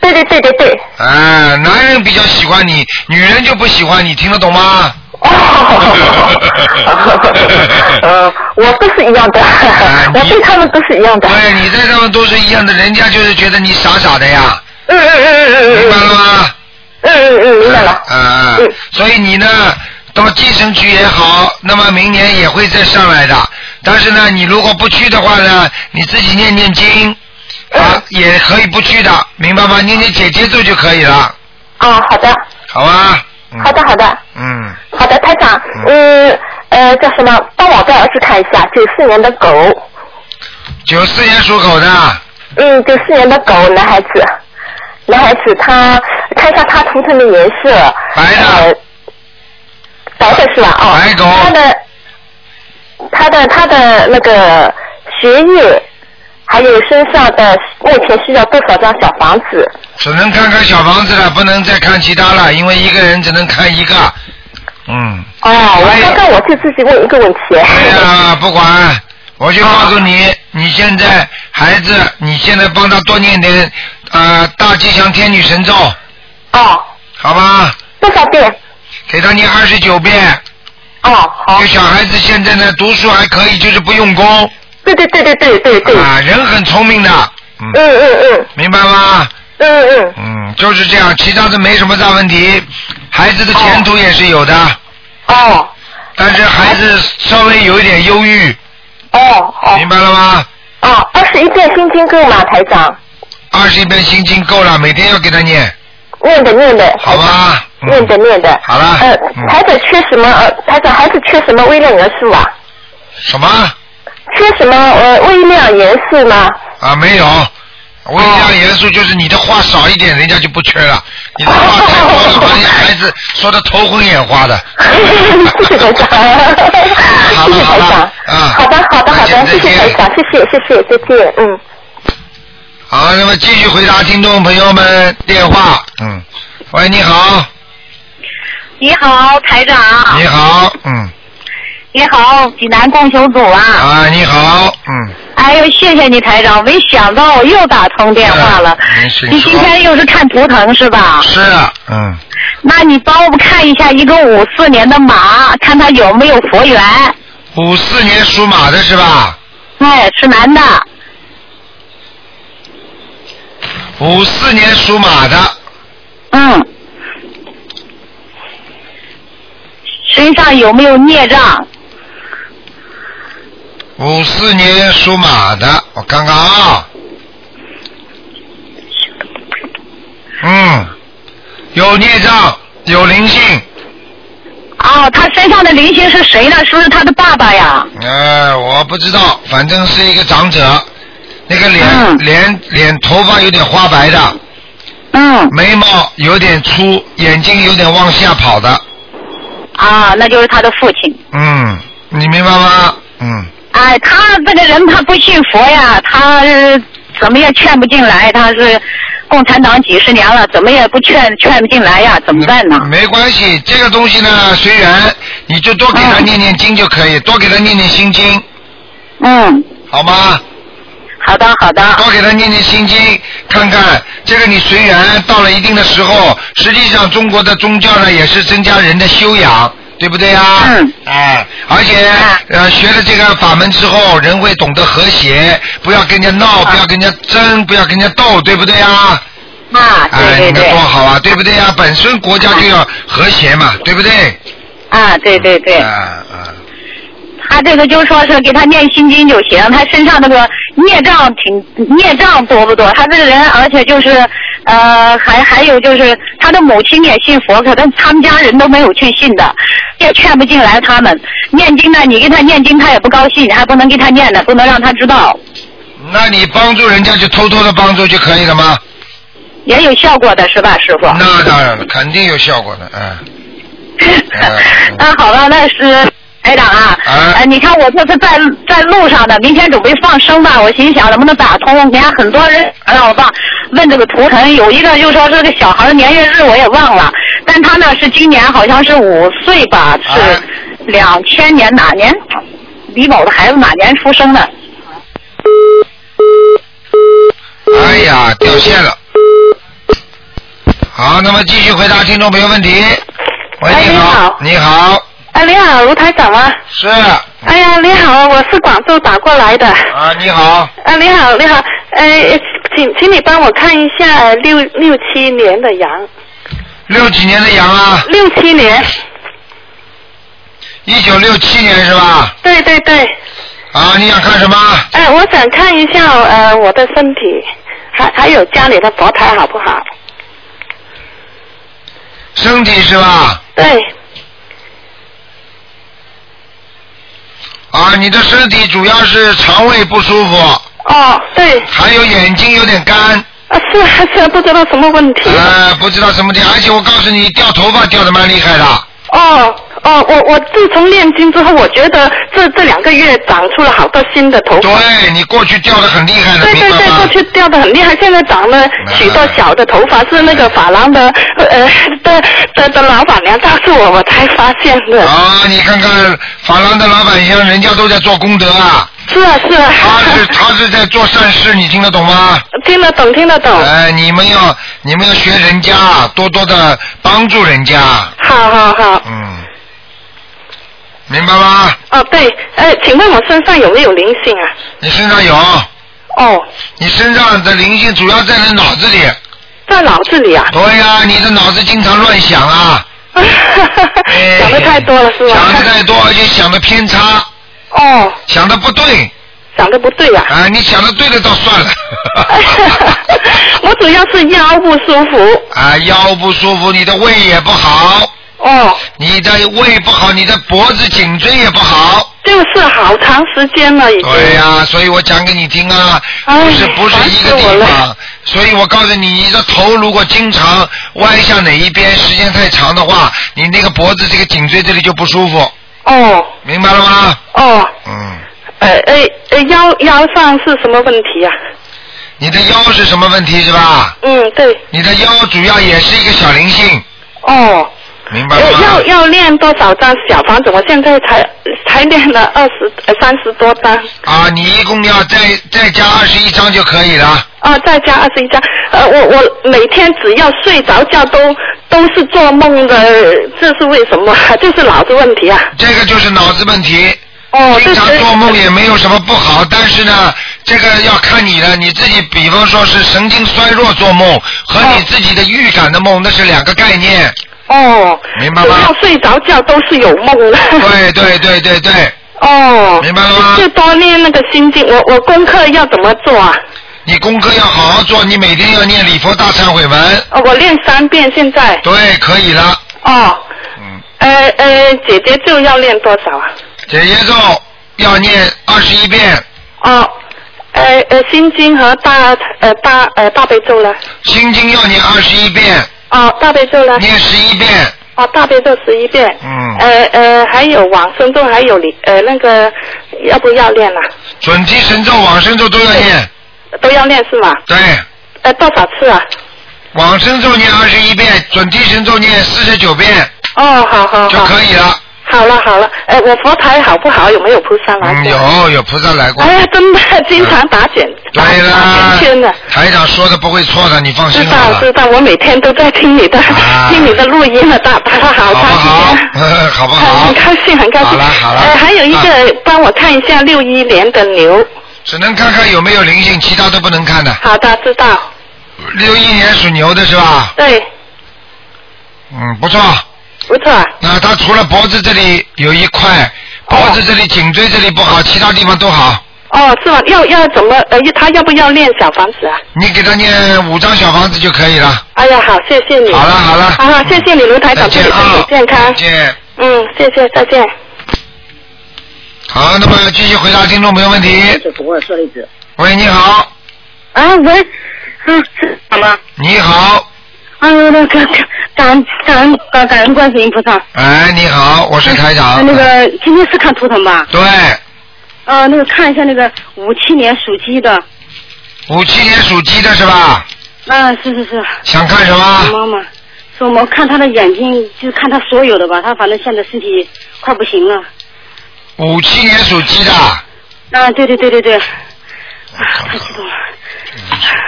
Speaker 7: 对对对对对。
Speaker 1: 哎、男人比较喜欢你，女人就不喜欢你，听得懂吗？
Speaker 7: 哦 呃，我都是一样的，我对他们都是一样的。
Speaker 1: 啊对，你在他们都是一样的，人家就是觉得你傻傻的呀。
Speaker 7: 嗯嗯嗯嗯
Speaker 1: 明白了吗？
Speaker 7: 嗯嗯嗯，明白了。嗯
Speaker 1: 啊、所以你呢，到基层去也好，那么明年也会再上来的。但是呢，你如果不去的话呢，你自己念念经啊，也可以不去的，明白吗？念念姐姐咒就可以了，
Speaker 7: 啊，好的，
Speaker 1: 好吧？
Speaker 7: 好的，好的，
Speaker 1: 嗯，
Speaker 7: 好的，台长，嗯，呃，叫什么？帮我的儿子看一下，九四年的狗，
Speaker 1: 九四年属狗的，
Speaker 7: 嗯，九四年的狗，男孩子，男孩子他，看一下他图腾的颜色，
Speaker 1: 白
Speaker 7: 的，白的是吧？哦，白
Speaker 1: 狗，
Speaker 7: 他的，他的他的那个学业，还有身上的目前需要多少张小房子？
Speaker 1: 只能看看小房子了，不能再看其他了，因为一个人只能看一个。嗯，
Speaker 7: 哦，我刚刚我就自己问一个问题。
Speaker 1: 对哎呀、不管，我就告诉你，你现在孩子，你现在帮他多念点呃大吉祥天女神咒。
Speaker 7: 哦。
Speaker 1: 好吧。
Speaker 7: 多少遍？
Speaker 1: 给他念二十九遍。
Speaker 7: 哦，好。
Speaker 1: 这小孩子现在呢，读书还可以，就是不用功。
Speaker 7: 对对对对对对
Speaker 1: 对。啊，人很聪明的。嗯
Speaker 7: 嗯嗯。
Speaker 1: 明白吗？
Speaker 7: 嗯嗯。
Speaker 1: 嗯，就是这样，其他的没什么大问题，孩子的前途也是有的。
Speaker 7: 哦。
Speaker 1: 但是孩子稍微有一点忧郁。
Speaker 3: 哦，好。
Speaker 1: 明白了吗？
Speaker 3: 哦，二十一遍心经够吗，台长？
Speaker 1: 二十一遍心经够了，每天要给他念。
Speaker 3: 念的念的。
Speaker 1: 好吧。
Speaker 3: 念的念的。
Speaker 1: 嗯好了。嗯
Speaker 3: 呃，台长缺什么？呃，台长还是缺什么微量元素啊？
Speaker 1: 什么？
Speaker 3: 缺什么呃微量元素吗？
Speaker 1: 啊，没有。微量元素就是你的话少一点，人家就不缺了。你的话太多 了，把人家孩子说的头昏眼花的。
Speaker 3: 谢谢台长，
Speaker 1: 好了
Speaker 3: 谢谢
Speaker 1: 好
Speaker 3: 台长
Speaker 1: 了，。啊，
Speaker 3: 好的好的好的，谢谢台长，谢谢谢谢，再见，嗯。
Speaker 1: 好，那么继续回答听众朋友们电话。嗯，喂，你好，
Speaker 8: 你好，台长。
Speaker 1: 你好，嗯，
Speaker 8: 你好，济南共修组啊。
Speaker 1: 啊，你好，嗯，
Speaker 8: 哎呦，谢谢你，台长，没想到我又打通电
Speaker 1: 哎
Speaker 8: 话了。
Speaker 1: 您请
Speaker 8: 你今
Speaker 1: 说。
Speaker 8: 天又是看图腾是吧？
Speaker 1: 是啊，嗯，
Speaker 8: 那你帮我们看一下一个五四年的马，看他有没有佛缘？
Speaker 1: 五四年属马的是吧？
Speaker 8: 哎，是男的。
Speaker 1: 五四年属马的，
Speaker 8: 嗯。身上有没有孽障？
Speaker 1: 五四年属马的，我看看啊。嗯，有孽障，有灵性。
Speaker 8: 哦，他身上的灵性是谁呢？是不是他的爸爸呀？
Speaker 1: 哎，我不知道，反正是一个长者，那个脸、脸脸头发有点花白的，
Speaker 8: 嗯，
Speaker 1: 眉毛有点粗，眼睛有点往下跑的，
Speaker 8: 啊，那就是他的父亲。
Speaker 1: 嗯，你明白吗？嗯，
Speaker 8: 哎，他这个人他不信佛呀，他呃怎么也劝不进来，他是共产党几十年了，怎么也不劝劝不进来呀，怎么办呢？
Speaker 1: 没关系，这个东西呢随缘，你就多给他念念经就可以，多给他念念心经。
Speaker 8: 嗯。
Speaker 1: 好吗？
Speaker 8: 好的，好的。
Speaker 1: 多给他念念心经，看看这个你随缘，到了一定的时候，实际上中国的宗教呢也是增加人的修养，对不对啊？嗯。哎，而且
Speaker 8: 嗯
Speaker 1: 呃学了这个法门之后，人会懂得和谐，不要跟人家
Speaker 8: 嗯
Speaker 1: 闹，不要跟人家争，不要跟人家斗，对不对啊？
Speaker 8: 啊，
Speaker 1: 哎，你看多好啊，对不对啊？本身国家就要和谐嘛，对不对？
Speaker 8: 啊，对对对。
Speaker 1: 啊
Speaker 8: 他这个就说是给他念心经就行，他身上那个孽障挺孽障多不多？他这个人，而且就是呃，还还有就是他的母亲也信佛，可但他们家人都没有去信的，也劝不进来他们。念经呢，你给他念经，他也不高兴，还不能给他念呢，不能让他知道，
Speaker 1: 那你帮助人家就偷偷的帮助就可以了吗？
Speaker 8: 也有效果的是吧，师傅？啊
Speaker 1: 那当然了，肯定有效果的，嗯。
Speaker 8: 那啊好了，那是台长啊，呃，你看我这次在在路上呢，明天准备放生吧，我心想能不能打通？你看很多人让我忘问这个图腾，有一个就说这个小孩的年月日我也忘了，但他呢是今年好像是五岁吧，是两千年哪年？李某的孩子哪年出生的？
Speaker 1: 哎呀，掉线了。好，那么继续回答听众朋友问题。喂，你好，你好，
Speaker 7: 哎，你好，卢台长吗？
Speaker 1: 是
Speaker 7: 哎呀，你好，我是广州打过来的。
Speaker 1: 啊，你好，
Speaker 7: 啊，你好，你好，哎，请请你帮我看一下呃六六七年的羊。
Speaker 1: 六几年的羊啊？
Speaker 7: 六七年，
Speaker 1: 一九六七年是吧？
Speaker 7: 对对对。
Speaker 1: 啊，你想看什么？
Speaker 7: 哎，我想看一下呃我的身体，还还有家里的佛台好不好？
Speaker 1: 身体是吧？
Speaker 7: 对，
Speaker 1: 啊，你的身体主要是肠胃不舒服。
Speaker 7: 哦，对。
Speaker 1: 还有眼睛有点干。
Speaker 7: 啊，是啊是啊，不知道什么问题。
Speaker 1: 呃，不知道什么点，而且我告诉你，掉头发掉的蛮厉害的。
Speaker 7: 哦哦，我我自从念经之后，我觉得这这两个月长出了好多新的头发。
Speaker 1: 对你过去掉的很厉害的，
Speaker 7: 对对对，过去掉的很厉害，现在长了
Speaker 1: 啊
Speaker 7: 许多小的头发，是那个发廊的呃 的的的老板娘告诉我，我才发现的。
Speaker 1: 啊，你看看法郎的老板像人家都在做功德啊。
Speaker 7: 是啊是啊。
Speaker 1: 他是他是在做善事，你听得懂吗？
Speaker 7: 听得懂，听得懂。
Speaker 1: 哎，你们要你们要学人家，多多的帮助人家，
Speaker 7: 好好好，
Speaker 1: 嗯明白吗？
Speaker 7: 哦对，呃，请问我身上有没有灵性啊？
Speaker 1: 你身上有。
Speaker 7: 哦。
Speaker 1: 你身上的灵性主要在你脑子里。
Speaker 7: 在脑子里啊？
Speaker 1: 对呀、你的脑子经常乱想啊。 哎
Speaker 7: 想的太多了是吧？
Speaker 1: 想的太多，而且想的偏差。
Speaker 7: 哦，
Speaker 1: 想的不对。
Speaker 7: 想的不对呀、
Speaker 1: 啊。你想的对的倒算了。
Speaker 7: 我主要是腰不舒服。
Speaker 1: 啊，腰不舒服，你的胃也不好。
Speaker 7: 哦。
Speaker 1: 你的胃不好，你的脖子、颈椎也不好。
Speaker 7: 就是好长时间了，已经。哎
Speaker 1: 对呀、所以我讲给你听啊，不是不是一个地方，所以我告诉你，你的头如果经常歪向哪一边，时间太长的话，你那个脖子这个颈椎这里就不舒服，
Speaker 7: 哦
Speaker 1: 明白了吗？
Speaker 7: 哦，
Speaker 1: 嗯，
Speaker 7: 呃呃呃，腰腰上是什么问题啊呀、
Speaker 1: 你的腰是什么问题是吧？
Speaker 7: 嗯，对。
Speaker 1: 你的腰主要也是一个小灵性，
Speaker 7: 哦，
Speaker 1: 明白
Speaker 7: 呃
Speaker 1: 了吗？
Speaker 7: 要要练多少张小房子？我现在才才练了二十呃三十多张，
Speaker 1: 啊，你一共要再再加二十一张就可以了。
Speaker 7: 啊，再加二十一张。呃，我我每天只要睡着觉都都是做梦的，这是为什么？ 就是脑子问题啊。
Speaker 1: 这个就是脑子问题。
Speaker 7: 哦，
Speaker 1: 经常做梦也没有什么不好，但是呢，这个要看你了。你自己，比方说是神经衰弱做梦和你自己的预感的梦，那是两个概念。
Speaker 7: 哦，
Speaker 1: 明白
Speaker 7: 只
Speaker 1: 吗
Speaker 7: 要？睡着觉都是有梦的。
Speaker 1: 对对对对对，
Speaker 7: 哦，
Speaker 1: 明白了吗？
Speaker 7: 就多练那个心经，我我功课要怎么做啊？
Speaker 1: 你功课要好好做，你每天要念礼佛大忏悔文。
Speaker 7: 哦，我练三遍现在。
Speaker 1: 对，可以了。
Speaker 7: 哦。
Speaker 1: 嗯
Speaker 7: 呃呃，姐姐就要练多少啊？
Speaker 1: 姐姐咒要念二十一遍，
Speaker 7: 哦，呃呃，心经和大呃大呃大悲咒呢？
Speaker 1: 心经要念二十一遍，
Speaker 7: 哦，大悲咒呢？
Speaker 1: 念十一遍。
Speaker 7: 哦，大悲咒十一遍。
Speaker 1: 嗯。
Speaker 7: 呃呃，还有往生咒，还有你呃那个要不要练啊？
Speaker 1: 准提神咒、往生咒都要念。
Speaker 7: 都要练是吗？
Speaker 1: 对，
Speaker 7: 呃，多少次啊？
Speaker 1: 往生咒念二十一遍，准提神咒念四十九遍。
Speaker 7: 哦，好好好。
Speaker 1: 就可以了。
Speaker 7: 好了好了，哎、我佛台好不好？有没有菩萨来
Speaker 1: 嗯，
Speaker 7: 过？
Speaker 1: 有有菩萨来过。
Speaker 7: 哎呀，真的经常打卷、
Speaker 1: 对啦，
Speaker 7: 圈的，
Speaker 1: 台长说的不会错的，你放
Speaker 7: 知
Speaker 1: 心好
Speaker 7: 道
Speaker 1: 了，啊
Speaker 7: 知道，我每天都在听你的、听你的录音了，打打了好长时间，
Speaker 1: 好不
Speaker 7: 很
Speaker 1: 好？
Speaker 7: 很高兴很高兴。
Speaker 1: 好了好了啊
Speaker 7: 呃，还有一个，帮我看一下六一年的牛。
Speaker 1: 只能看看有没有灵性，其他都不能看的。
Speaker 7: 好的，知道。
Speaker 1: 六一年属牛的是吧？
Speaker 7: 对，
Speaker 1: 嗯，不错。
Speaker 7: 不错。啊
Speaker 1: 那他除了脖子这里有一块，脖子这里、颈椎这里不好，其他地方都好。
Speaker 7: 哦，是吗？要要怎么？呃，他要不要练小房子啊？
Speaker 1: 你给他念五张小房子就可以了。
Speaker 7: 哎呀，好，谢谢你。好了
Speaker 1: 好了。
Speaker 7: 好
Speaker 3: 啊
Speaker 7: 了，谢谢你，卢台长，祝你
Speaker 1: 啊
Speaker 7: 身体健康。再
Speaker 1: 见。
Speaker 7: 嗯，谢
Speaker 10: 啊
Speaker 7: 谢，再见。
Speaker 1: 好，那么继续回答听众朋友问题。喂，你好，
Speaker 8: 啊，喂，啊，是什么？
Speaker 1: 你好，
Speaker 8: 啊，那个感感感感恩观世音菩萨。
Speaker 1: 哎，你好，我是台
Speaker 8: 啊，
Speaker 1: 长。
Speaker 8: 那个今天是看图腾吧？
Speaker 1: 对，
Speaker 8: 啊，那个看一下那个五七年属鸡的，
Speaker 1: 五七年属鸡的是吧？
Speaker 8: 啊，是是是。
Speaker 1: 想看什么？
Speaker 8: 妈妈，说我看他的眼睛，就是看他所有的吧，他反正现在身体快不行了。
Speaker 1: 五七年属鸡的，
Speaker 8: 啊，对对对对对。啊，
Speaker 1: 哎
Speaker 8: 太激动了。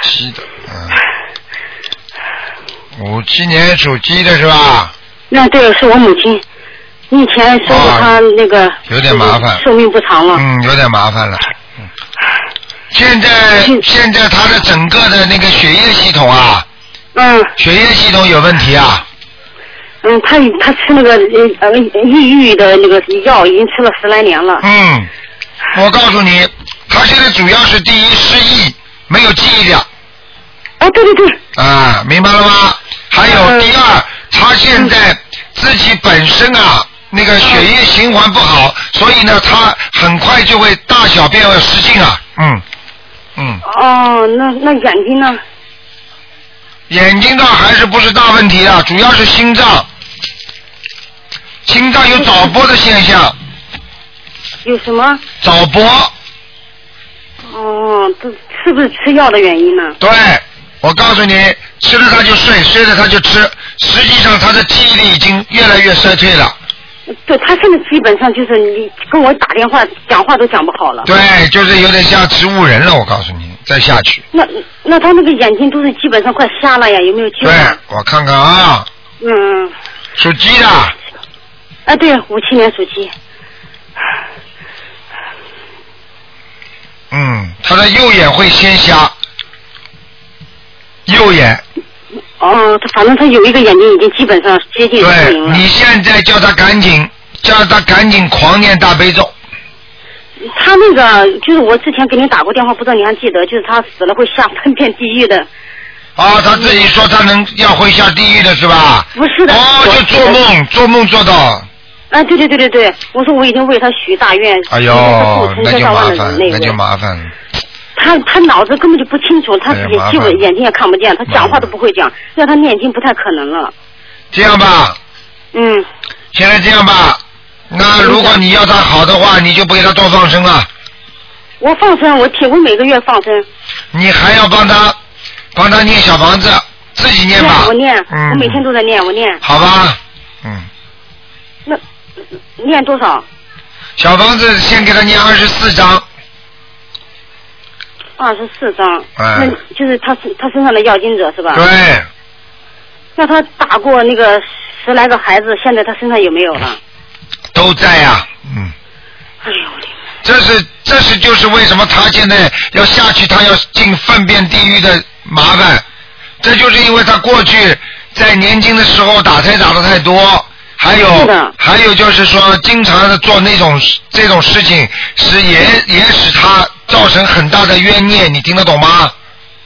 Speaker 1: 鸡的，嗯，五七年属鸡的是吧？
Speaker 8: 那对，是我母亲。你以前说过她那个
Speaker 1: 有点啊麻烦，
Speaker 8: 寿命不长了。
Speaker 1: 嗯，有点麻烦了。嗯，现在现在他的整个的那个血液系统啊，
Speaker 8: 嗯，
Speaker 1: 血液系统有问题啊，
Speaker 8: 嗯，他他吃那个呃呃抑郁的那个药已经吃了十来年了。
Speaker 1: 嗯，我告诉你，他现在主要是第一失忆，没有记忆了。
Speaker 8: 哎，对对嗯对。
Speaker 1: 啊，明白了吗？还有第二，他现在自己本身啊，那个血液循环不
Speaker 8: 嗯
Speaker 1: 好，所以呢，他很快就会大小便失禁啊。嗯，嗯，
Speaker 8: 哦，那那眼睛呢？
Speaker 1: 眼睛倒还是不是大问题啊，主要是心脏，心脏有早搏的现象，
Speaker 8: 有什么？
Speaker 1: 早搏。
Speaker 8: 哦，这是不是吃药的原因呢？
Speaker 1: 对，我告诉你，吃了它就睡，睡了它就吃，实际上他的记忆力已经越来越衰退了。
Speaker 8: 对他现在基本上就是你跟我打电话讲话都讲不好了。
Speaker 1: 对，就是有点像植物人了，我告诉你，再下去。
Speaker 8: 那那他那个眼睛都是基本上快瞎了呀，有没有救
Speaker 1: 对
Speaker 8: 啊？，
Speaker 1: 我看看啊，
Speaker 8: 嗯嗯，
Speaker 1: 属鸡的，
Speaker 8: 啊对，五七年属鸡。
Speaker 1: 嗯，他的右眼会先瞎，右眼。
Speaker 8: 哦，他反正他有一个眼睛已经基本上接近失明
Speaker 1: 对，
Speaker 8: 了。
Speaker 1: 你现在叫他赶紧，叫他赶紧狂念大悲咒。
Speaker 8: 他那个就是我之前给你打过电话，不知道你还记得，就是他死了会下粪片地狱的。
Speaker 1: 啊，他自己说他能要会下地狱的是吧？
Speaker 8: 不是 的。
Speaker 1: 哦，就做梦，做梦做到，
Speaker 8: 啊，对对对对对，我说我已经为他许大愿，
Speaker 1: 哎呦
Speaker 8: 就是他父，
Speaker 1: 那
Speaker 8: 亲
Speaker 1: 就
Speaker 8: 上
Speaker 1: 麻
Speaker 8: 万的
Speaker 1: 烦，
Speaker 8: 那
Speaker 1: 那
Speaker 8: 个
Speaker 1: 就麻烦了。
Speaker 8: 他他脑子根本就不清楚，他
Speaker 1: 哎呀
Speaker 8: 自己
Speaker 1: 麻
Speaker 8: 基本
Speaker 1: 烦
Speaker 8: 眼睛也看不见，他讲话都不会讲，要他念经不太可能了。
Speaker 1: 这样吧，
Speaker 8: 嗯，
Speaker 1: 现在这样吧，那如果你要他好的话，你就不给他多放生了，
Speaker 8: 我放生，我铁我每个月放生。
Speaker 1: 你还要帮他帮他念小房子，自己念吧
Speaker 8: 我，念，
Speaker 1: 嗯
Speaker 8: 我每天都在念，我念
Speaker 1: 好吧？
Speaker 8: 念多少？
Speaker 1: 小房子先给他念二十四章，
Speaker 8: 二十四张。
Speaker 1: 哎
Speaker 8: 那就是他身他身上的要经者是吧？
Speaker 1: 对。
Speaker 8: 那他打过那个十来个孩子，现在他身上有没有了？
Speaker 1: 都在啊呀、
Speaker 8: 哎呦我
Speaker 1: 这是这是就是为什么他现在要下去，他要进粪便地狱的麻烦，这就是因为他过去在年轻的时候打胎打的太多，还
Speaker 8: 是
Speaker 1: 有
Speaker 8: 的
Speaker 1: 还有就是说经常的做那种这种事情，是也也使他造成很大的冤孽，你听得懂吗？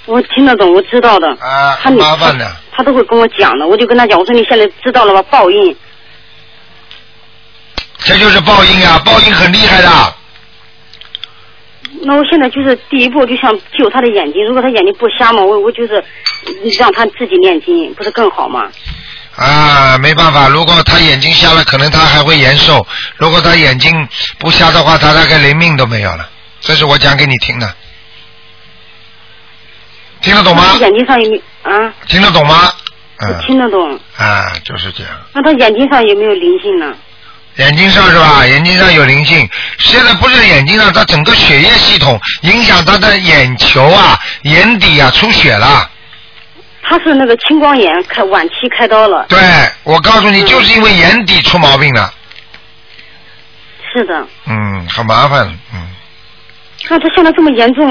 Speaker 8: 我听得懂，我知道的。
Speaker 1: 啊，
Speaker 8: 他
Speaker 1: 很麻烦的。
Speaker 8: 他都会跟我讲的，我就跟他讲，我说你现在知道了吧，报应。
Speaker 1: 这就是报应啊，报应很厉害的。
Speaker 8: 那我现在就是第一步就想救他的眼睛，如果他眼睛不瞎嘛，我我就是让他自己念经，不是更好吗？
Speaker 1: 啊，没办法，如果他眼睛瞎了，可能他还会延寿；如果他眼睛不瞎的话，他大概连命都没有了。这是我讲给你听的，听得懂吗？
Speaker 8: 他眼睛上有没有啊？
Speaker 1: 听得懂吗？
Speaker 8: 嗯我
Speaker 1: 嗯，
Speaker 8: 听得懂。
Speaker 1: 啊，就是这样。
Speaker 8: 那他眼睛上有没有灵性呢？
Speaker 1: 眼睛上是吧？眼睛上有灵性，现在不是眼睛上，他整个血液系统影响他的眼球啊、眼底啊出血了。
Speaker 8: 他是那个青光眼开晚期开刀了。
Speaker 1: 对，我告
Speaker 8: 嗯
Speaker 1: 诉你，就是因为眼底出毛病了，
Speaker 8: 是的，
Speaker 1: 嗯，很麻烦，嗯。
Speaker 8: 那他现在这么严重，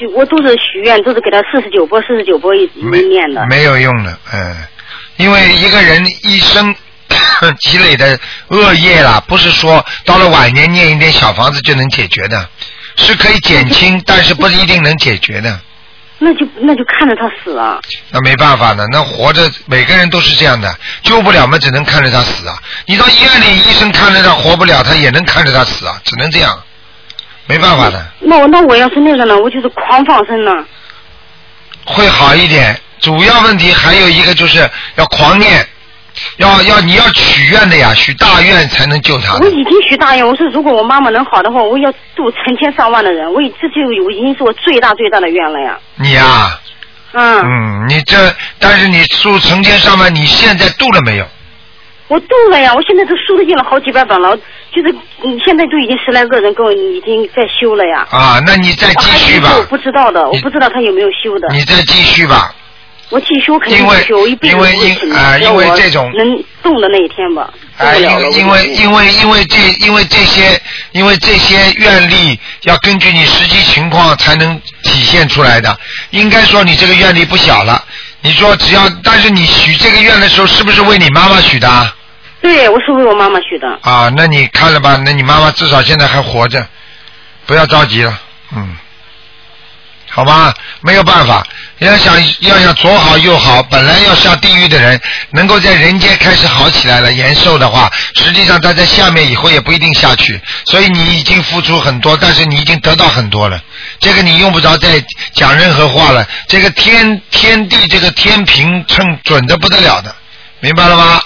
Speaker 8: 就我都是许愿，都是给他四十九波、四十九波一一念的。
Speaker 1: 没有用的，嗯，因为一个人一生 积累的恶业啦，不是说到了晚年念一点小房子就能解决的，是可以减轻，但是不一定能解决的。
Speaker 8: 那就那就看着他死啊！
Speaker 1: 那没办法的，那活着每个人都是这样的，救不了嘛，只能看着他死啊。你到医院里，医生看着他活不了，他也能看着他死啊，只能这样，没办法的，
Speaker 8: 那我那我要是那个呢，我就是狂放生呢。
Speaker 1: 会好一点。主要问题还有一个就是要狂念，要要你要许愿的呀，许大愿才能救他的
Speaker 8: 我。已经许大愿，我说如果我妈妈能好的话，我要度成千上万的人，我已这就有已经是我最大最大的愿了呀。
Speaker 1: 你呀、
Speaker 8: 嗯，
Speaker 1: 嗯，你这，但是你住成千上万，你现在度了没有？
Speaker 8: 我度了呀，我现在都书都印了好几百本了，就是嗯，现在都已经十来个人跟我已经在修了呀。
Speaker 1: 啊，那你再继续吧
Speaker 8: 我还有一个我不知道的，我不知道他有没有修的。
Speaker 1: 你再继续吧。
Speaker 8: 我去修肯定
Speaker 1: 因
Speaker 8: 去
Speaker 1: 为
Speaker 8: 修，我一辈子
Speaker 1: 因
Speaker 8: 不
Speaker 1: 为
Speaker 8: 会
Speaker 1: 因
Speaker 8: 停的
Speaker 1: 啊
Speaker 8: 只要
Speaker 1: 因为
Speaker 8: 我
Speaker 1: 这种
Speaker 8: 能动的那一天吧，动
Speaker 1: 啊，
Speaker 8: 不
Speaker 1: 因
Speaker 8: 了了。
Speaker 1: 为因为因为因为这因为这些因为这些愿力要根据你实际情况才能体现出来的。应该说你这个愿力不小了。你说只要，但是你许这个愿的时候，是不是为你妈妈许的啊？
Speaker 8: 对，我是为我妈妈许的。
Speaker 1: 啊，那你看了吧？那你妈妈至少现在还活着，不要着急了，嗯，好吧，没有办法，要想要想左好右好，本来要下地狱的人，能够在人间开始好起来了，延寿的话，实际上他在下面以后也不一定下去，所以你已经付出很多，但是你已经得到很多了，这个你用不着再讲任何话了，这个天天地这个天平称准的不得了的，明白了吗？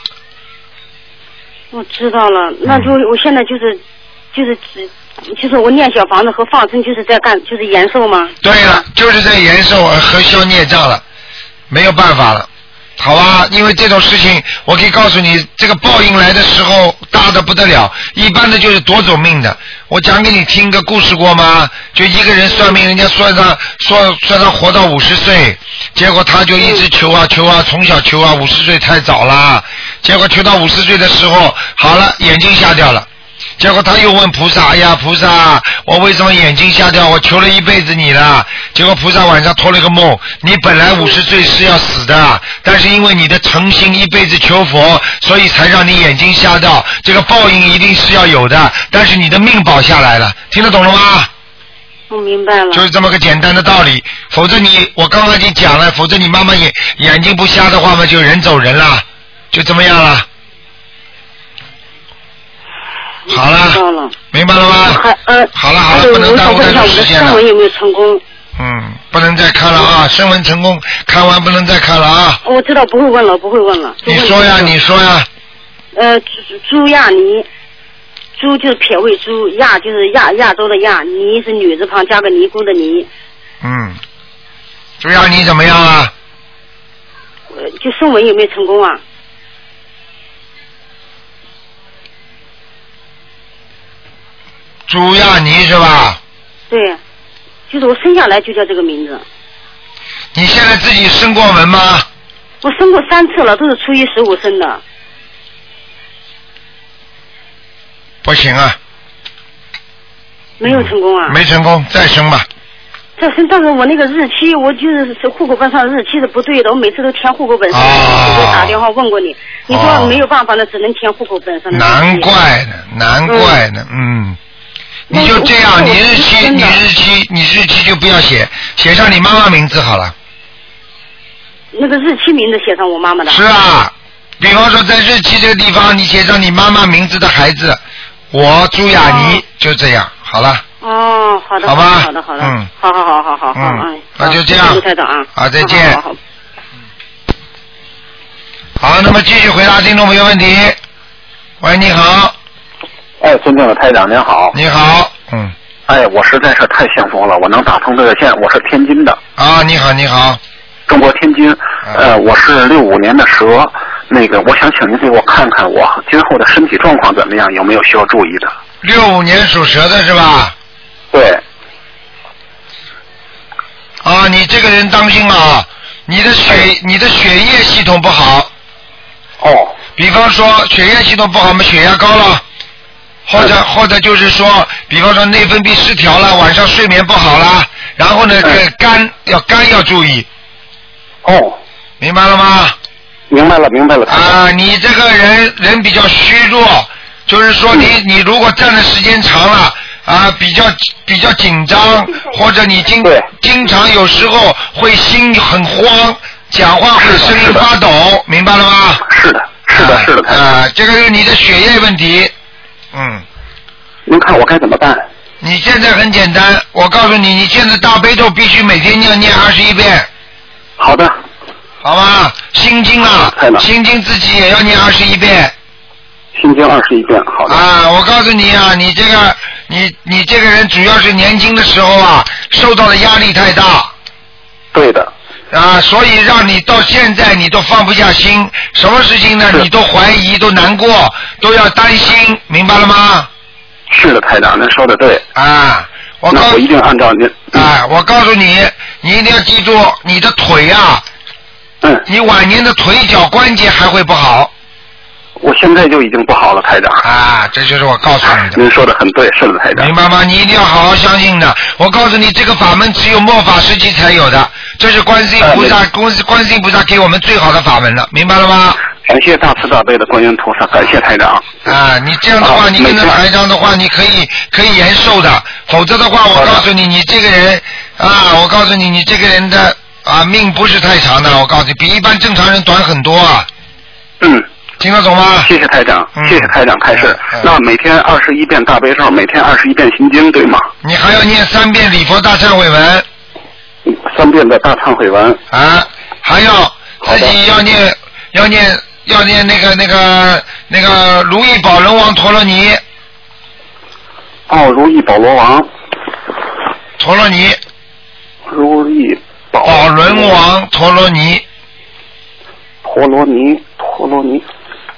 Speaker 8: 我知道了，
Speaker 1: 嗯
Speaker 8: 那就我现在就是就是只就是我念小房子和放生，就是在干就是延寿吗？
Speaker 1: 对了，就是在延寿和消孽障了，没有办法了，好吧？因为这种事情，我可以告诉你，这个报应来的时候大的不得了，一般的就是夺走命的。我讲给你听个故事过吗？就一个人算命，人家算他算算他活到五十岁，结果他就一直求啊求啊，从小求啊，五十岁太早啦，结果求到五十岁的时候，好了，眼睛瞎掉了。结果他又问菩萨：“哎呀，菩萨，我为什么眼睛瞎掉？我求了一辈子你了。”结果菩萨晚上托了个梦，你本来五十岁是要死的，但是因为你的诚心一辈子求佛，所以才让你眼睛瞎掉。这个报应一定是要有的，但是你的命保下来了，听得懂了吗？
Speaker 8: 我明白了。
Speaker 1: 就是这么个简单的道理，否则你我刚刚已经讲了，否则你妈妈眼眼睛不瞎的话嘛，就人走人了，就这么样了。好了，明白了吗？
Speaker 8: 还呃，
Speaker 1: 好了好了，不能耽误太多时间
Speaker 8: 我想问一下
Speaker 1: 了。
Speaker 8: 我的散文有没有成功？
Speaker 1: 嗯，不能再看了啊！声纹成功，看完不能再看了啊！
Speaker 8: 我知道不会问了，不会问了。
Speaker 1: 你说呀，你说呀，
Speaker 8: 呃，朱朱亚妮，朱就是撇位朱，亚就是亚亚洲的亚，妮是女字旁加个尼姑的尼，
Speaker 1: 嗯，朱亚你怎么样啊？
Speaker 8: 呃就送文有没有成功啊？
Speaker 1: 朱亚尼是吧？
Speaker 8: 对，就是我生下来就叫这个名字，
Speaker 1: 你现在自己生过纹吗？
Speaker 8: 我生过三次了，都是初一十五生的。
Speaker 1: 不行啊，
Speaker 8: 没有成功啊！
Speaker 1: 没成功，再生吧。
Speaker 8: 这是，但是我那个日期，我就是户口本上日期是不对的，我每次都填户口
Speaker 1: 啊
Speaker 8: 本上的日期，我、打电话问过你，你说没有办法了，只能填户口本上的日期。
Speaker 1: 哦难怪呢，难怪呢，嗯。你就这样，你日期，你日期，你日期就不要写，写上你妈妈名字好了。
Speaker 8: 嗯那个日期名字写上我妈妈的。
Speaker 1: 是啊，比方说在日期这个地方，你写上你妈妈名字的孩子，我朱雅妮，就这样，好了，
Speaker 8: 哦，好的，
Speaker 1: 好吧
Speaker 8: 的好的，好的，
Speaker 1: 嗯
Speaker 8: 好好好好好好，
Speaker 1: 嗯
Speaker 8: 嗯，
Speaker 1: 那就这样
Speaker 8: 好谢谢卢台长啊，
Speaker 1: 好再见
Speaker 8: 好好好
Speaker 1: 好，那么继续回答听众朋友问题。喂，你好，
Speaker 9: 哎，尊敬的台长您好。
Speaker 1: 你好。嗯。
Speaker 9: 哎，我实在是太幸福了，我能打通这个线。我是天津的，
Speaker 1: 啊，你好，你好，
Speaker 9: 中国天津。
Speaker 1: 啊
Speaker 9: 呃，我是六五年的蛇，那个我想请您给我看看我今后的身体状况怎么样，有没有需要注意的？
Speaker 1: 六五年属蛇的是吧？
Speaker 9: 对。
Speaker 1: 啊，你这个人当心啊，你的血你的血液系统不好。
Speaker 9: 哎哦。
Speaker 1: 比方说血液系统不好嘛，血压高了，或
Speaker 9: 哎
Speaker 1: 者或者就是说，比方说内分泌失调了，晚上睡眠不好啦，然后呢，这个肝要肝要注意。
Speaker 9: 哎哦。
Speaker 1: 明白了吗？
Speaker 9: 明白了，明白了。
Speaker 1: 啊，你这个人人比较虚弱，就是说你
Speaker 9: 嗯
Speaker 1: 你如果站的时间长了啊，比较比较紧张，
Speaker 9: 嗯
Speaker 1: 或者你经经常有时候会心很慌，讲话会声音发抖，明白了吗？
Speaker 9: 是的，是的，是的。
Speaker 1: 啊，这个是你的血液问题。嗯。
Speaker 9: 您看我该怎么办？
Speaker 1: 你现在很简单，我告诉你，你现在大悲咒必须每天要念二十一遍。
Speaker 9: 好的。
Speaker 1: 好吧，心经啊，
Speaker 9: 哎
Speaker 1: 心经自己也要念二十一遍。
Speaker 9: 心经二十一遍，好的。
Speaker 1: 啊，我告诉你啊，你这个，你你这个人主要是年轻的时候啊，受到的压力太大。
Speaker 9: 对的。
Speaker 1: 啊，所以让你到现在你都放不下心，什么事情呢？你都怀疑，都难过，都要担心，明白了吗？
Speaker 9: 是的，台长，您说的对。
Speaker 1: 啊，我
Speaker 9: 那我一定按照您。
Speaker 1: 哎，我告诉你，你一定要记住，你的腿啊，
Speaker 9: 嗯，
Speaker 1: 你晚年的腿脚关节还会不好。
Speaker 9: 我现在就已经不好了，台长。
Speaker 1: 啊，这就是我告诉你的。
Speaker 9: 您说的很对，是的，台长。
Speaker 1: 明白吗？你一定要好好相信的。我告诉你，这个法门只有末法时期才有的，这是观世音菩
Speaker 9: 啊
Speaker 1: 萨，观世观世音菩萨给我们最好的法门了，明白了吗？
Speaker 9: 感谢大慈大悲的观音菩萨，感谢台长。
Speaker 1: 啊，你这样的
Speaker 9: 好
Speaker 1: 话，你
Speaker 9: 没
Speaker 1: 跟着
Speaker 9: 错
Speaker 1: 台长的话，你可以可以延寿的，否则的话，我告诉你，你这个人啊，我告诉你，你这个人的啊命不是太长的，我告诉你，比一般正常人短很多啊。
Speaker 9: 嗯。
Speaker 1: 听得懂吗？嗯
Speaker 9: 谢谢台长，谢谢台长开示。那每天二十一遍大悲咒，每天二十一遍心经，对吗？
Speaker 1: 你还要念三遍礼佛大忏悔文
Speaker 9: 三遍的大忏悔文。
Speaker 1: 啊，还要自己要念要念要念那个那个那个如意宝龙王陀罗尼
Speaker 9: 哦，如意宝罗王，
Speaker 1: 陀罗尼
Speaker 9: 如意
Speaker 1: 宝轮王陀罗尼，
Speaker 9: 陀罗尼，陀罗尼。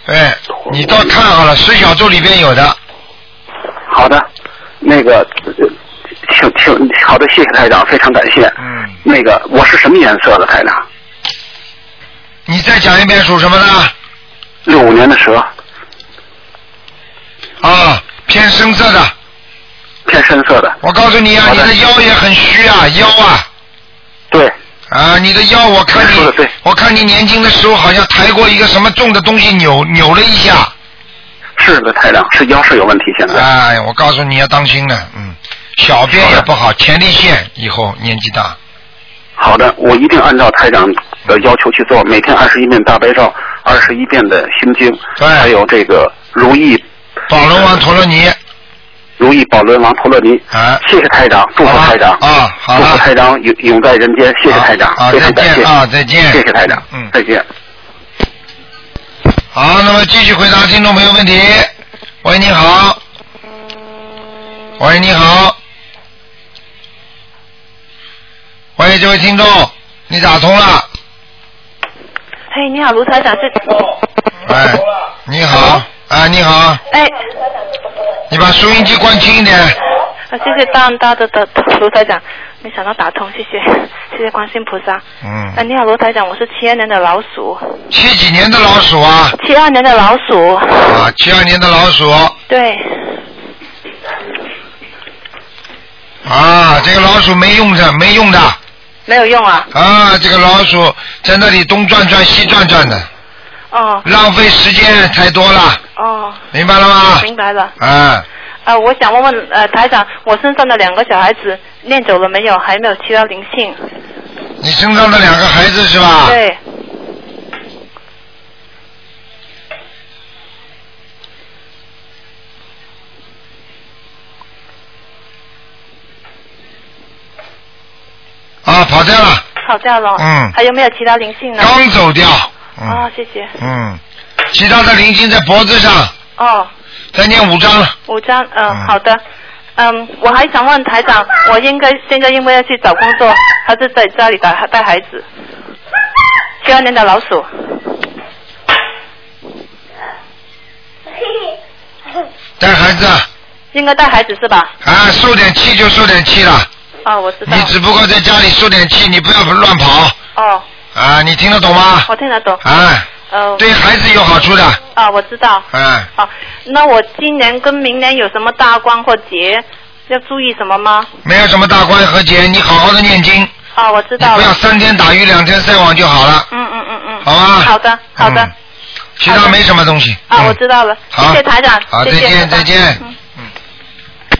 Speaker 1: 哎，你倒看好了，十小咒里边有的。
Speaker 9: 好的，那个，呃请请，好的，谢谢台长，非常感谢。嗯。那个，我是什么颜色的台长？
Speaker 1: 你再讲一遍属什么的？
Speaker 9: 六五年的蛇。
Speaker 1: 啊，偏深色的。
Speaker 9: 偏深色的。
Speaker 1: 我告诉你啊，
Speaker 9: 好
Speaker 1: 你
Speaker 9: 的
Speaker 1: 的腰也很虚啊，腰啊。
Speaker 9: 对。
Speaker 1: 啊，你的腰，我看你，我看你年轻的时候好像抬过一个什么重的东西，扭扭了一下。
Speaker 9: 是的，台长，是腰是有问题，现在。
Speaker 1: 哎，我告诉你要当心了，嗯，小便也不好，前列腺以后年纪大。
Speaker 9: 好的，我一定按照台长的要求去做，每天二十一遍大悲咒，二十一遍的心经，还有这个如意呃
Speaker 1: 宝轮王陀罗尼。
Speaker 9: 如意宝轮王陀罗尼。
Speaker 1: 啊，
Speaker 9: 谢谢台长，祝福台长
Speaker 1: 啊，好
Speaker 9: 祝
Speaker 1: 了
Speaker 9: 福台长永永在人间，谢谢台长，
Speaker 1: 啊，
Speaker 9: 非
Speaker 1: 再
Speaker 9: 常感谢
Speaker 1: 见啊，再见。
Speaker 9: 谢谢台长，
Speaker 1: 嗯，
Speaker 9: 再见。
Speaker 1: 好，那么继续回答听众朋友问题。喂，你好。喂，你好。喂，这位听众，你打通了。
Speaker 10: 嘿，你好，卢台长是，
Speaker 1: 哎，你好，哎，你好，
Speaker 10: 哎，
Speaker 1: 你把收音机关轻一点。
Speaker 10: 啊，谢谢大恩大德的卢台长，没想到打通，谢谢，谢谢观世音菩萨。
Speaker 1: 嗯，
Speaker 10: 哎，你好，卢台长，我是七二年的老鼠，
Speaker 1: 七几年的老鼠啊？
Speaker 10: 七二年的老鼠，
Speaker 1: 啊，七二年的老鼠
Speaker 10: 对，
Speaker 1: 啊，这个老鼠没用的，没用的
Speaker 10: 没有用啊，
Speaker 1: 啊，这个老鼠在那里东转转西转转的，
Speaker 10: 哦，
Speaker 1: 浪费时间太多了，
Speaker 10: 哦，
Speaker 1: 明白了吗？
Speaker 10: 明白了。
Speaker 1: 啊，
Speaker 10: 啊，我想问问呃，台长，我身上的两个小孩子念走了没有？还没有提到灵性。
Speaker 1: 你身上的两个孩子是吧？啊
Speaker 10: 对，
Speaker 1: 啊，跑掉了，
Speaker 10: 跑掉了。
Speaker 1: 嗯
Speaker 10: 还有没有其他灵性呢？
Speaker 1: 刚走掉。
Speaker 10: 啊、谢谢。
Speaker 1: 嗯，其他的灵性在脖子上，
Speaker 10: 哦。
Speaker 1: 再念五张。
Speaker 10: 五张，嗯，好的。嗯，我还想问台长，我应该现在因为要去找工作，还是在家里带带孩子？七二年的老鼠，
Speaker 1: 带孩子
Speaker 10: 应该带孩子是吧？
Speaker 1: 啊，受点气就受点气了，
Speaker 10: 啊、我知 道。
Speaker 1: 你只不过在家里受点气，你不要乱跑
Speaker 10: 哦，
Speaker 1: 啊，你听得懂吗？
Speaker 10: 我听得懂。
Speaker 1: 啊，
Speaker 10: 呃，
Speaker 1: 对孩子有好处的，
Speaker 10: 啊，我知道。
Speaker 1: 啊，
Speaker 10: 那我今年跟明年有什么大关或节要注意什么吗？
Speaker 1: 没有什么大关和解，你好好的念经，
Speaker 10: 啊，我知
Speaker 1: 你
Speaker 10: 道
Speaker 1: 不
Speaker 10: 了。
Speaker 1: 要三天打鱼两天晒网就好了，
Speaker 10: 嗯嗯嗯嗯。
Speaker 1: 好吧
Speaker 10: 好的，好的。
Speaker 1: 嗯其他没什么东西。
Speaker 10: 啊，
Speaker 1: 嗯
Speaker 10: 我知道了。谢
Speaker 1: 好
Speaker 10: 谢台长。
Speaker 1: 好，
Speaker 10: 谢
Speaker 1: 再
Speaker 10: 谢
Speaker 1: 见，再见。嗯。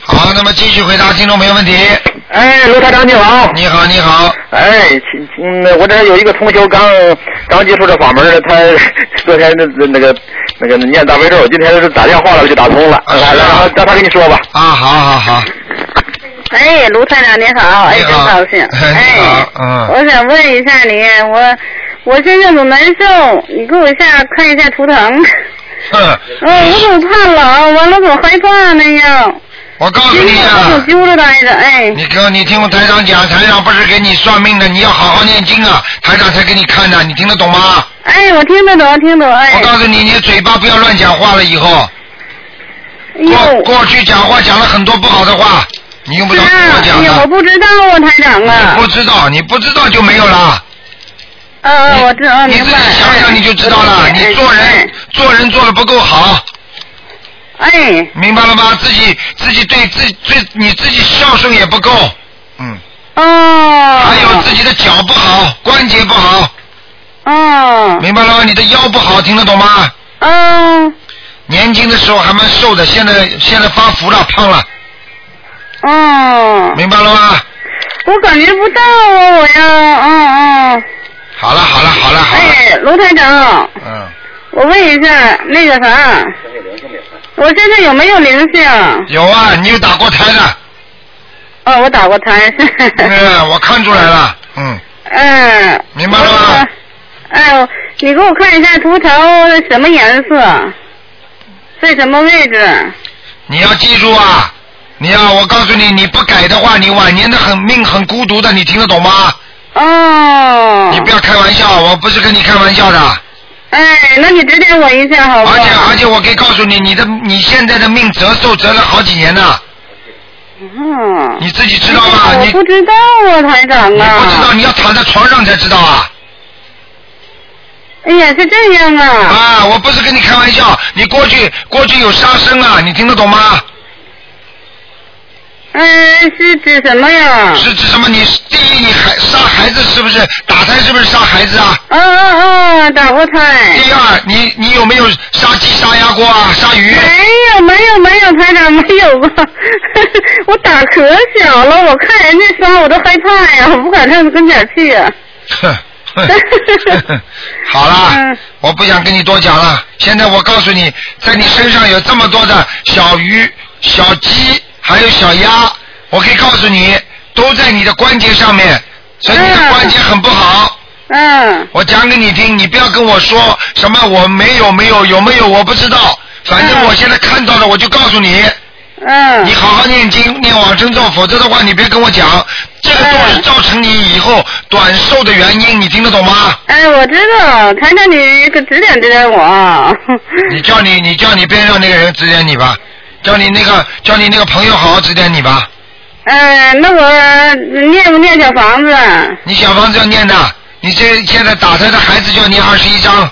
Speaker 1: 好，那么继续回答听众朋友问题。
Speaker 11: 哎，卢台长你好。
Speaker 1: 你好，你好。
Speaker 11: 哎，请嗯，我这有一个同修刚刚接触这法门儿，他 昨天那那个那个念大悲咒，今天打电话了就打通了，
Speaker 1: 嗯
Speaker 11: 来来，让让他跟你说吧。
Speaker 1: 啊，好好好。
Speaker 12: 哎，卢台长您好，哎，真高兴。哎，
Speaker 1: 嗯，
Speaker 12: 我想问一下你，我我身上总难受，你给我下看一下图腾。
Speaker 1: 哼，
Speaker 12: 哎，我总怕冷，完了总害怕那样。
Speaker 1: 我告诉你啊，
Speaker 12: 总揪着待着，哎。
Speaker 1: 你哥，你听我台长讲，台长不是给你算命的，你要好好念经啊，台长才给你看的，你听得懂吗？
Speaker 12: 哎，我听得懂，听得懂，哎。
Speaker 1: 我告诉你，你嘴巴不要乱讲话了，以后。过过去讲话讲了很多不好的话，你用不着跟我讲
Speaker 12: 哎
Speaker 1: 的。
Speaker 12: 呀，我不知道啊，台长啊。
Speaker 1: 你不知道，你不知道就没有了。
Speaker 7: 哦
Speaker 12: 呃，我知道，明白。
Speaker 1: 想想你就知道了，你做人做人做的不够好。
Speaker 12: 哎。
Speaker 1: 明白了吗？自己自己对自对你自己孝顺也不够，嗯
Speaker 12: 哦。
Speaker 1: 还有自己的脚不好，关节不好。
Speaker 12: 哦。
Speaker 1: 明白了吗？你的腰不好，听得懂吗？
Speaker 12: 嗯。
Speaker 1: 年轻的时候还蛮瘦的，现在现在发福了，胖了。
Speaker 12: 哦。
Speaker 1: 明白了吗？
Speaker 12: 我感觉不到啊，我呀，嗯嗯。
Speaker 1: 好了好了好了好了，
Speaker 12: 哎，卢台长，
Speaker 1: 嗯，
Speaker 12: 我问一下，那个啥，我现在有没有灵性？
Speaker 1: 有啊，你有打过胎的。
Speaker 12: 哦，我打过胎。
Speaker 1: 嗯，我看出来了， 嗯，
Speaker 12: 嗯。
Speaker 1: 明白了吗？
Speaker 12: 哎呦，你给我看一下图腾什么颜色，在什么位置？
Speaker 1: 你要记住啊，你要我告诉你，你不改的话，你晚年的很命很孤独的，你听得懂吗？
Speaker 12: 哦。
Speaker 1: 你不要开玩笑，我不是跟你开玩笑的。
Speaker 12: 哎，那你指点我一下好不好？
Speaker 1: 而且而且我可以告诉你，你的你现在的命折寿折了好几年了，
Speaker 12: 嗯。
Speaker 1: 你自己知道吗？
Speaker 12: 我
Speaker 1: 你
Speaker 12: 不知道啊，台长啊。
Speaker 1: 你不知道，你要躺在床上才知道啊。
Speaker 12: 哎呀，是这样啊！
Speaker 1: 啊，我不是跟你开玩笑，你过去过去有杀生啊，你听得懂吗？
Speaker 12: 嗯，是指什么呀？
Speaker 1: 是指什么？你第一，你孩杀孩子是不是打胎？是不是杀孩子啊？
Speaker 12: 哦哦哦，打过胎。
Speaker 1: 第二，你你有没有杀鸡、杀鸭过啊？杀 鱼？
Speaker 12: 没有没有没有，台长没有过。 我打可小了，我看人家杀我都害怕呀，我不敢上跟前去啊呀、
Speaker 1: 哼哼好啦，
Speaker 12: 嗯
Speaker 1: 我不想跟你多讲了。现在我告诉你，在你身上有这么多的小鱼、小鸡，还有小鸭，我可以告诉你，都在你的关节上面，所以你的关节很不好。
Speaker 12: 嗯。
Speaker 1: 我讲给你听，你不要跟我说什么我没有没有有没有我不知道，反正我现在看到了我就告诉你。
Speaker 12: 嗯。
Speaker 1: 你好好念经，念往生咒，否则的话你别跟我讲，这个都
Speaker 12: 嗯
Speaker 1: 是造成你以后短寿的原因，你听得懂吗？
Speaker 12: 哎，我知道，台长你可指点指点我。啊
Speaker 1: 你叫你你叫你边上那个人指点你吧，叫你那个叫你那个朋友好好指点你吧。
Speaker 12: 嗯，那我念不念小房子？
Speaker 1: 你小房子要念的，你这现在打胎的孩子就要念二十一章，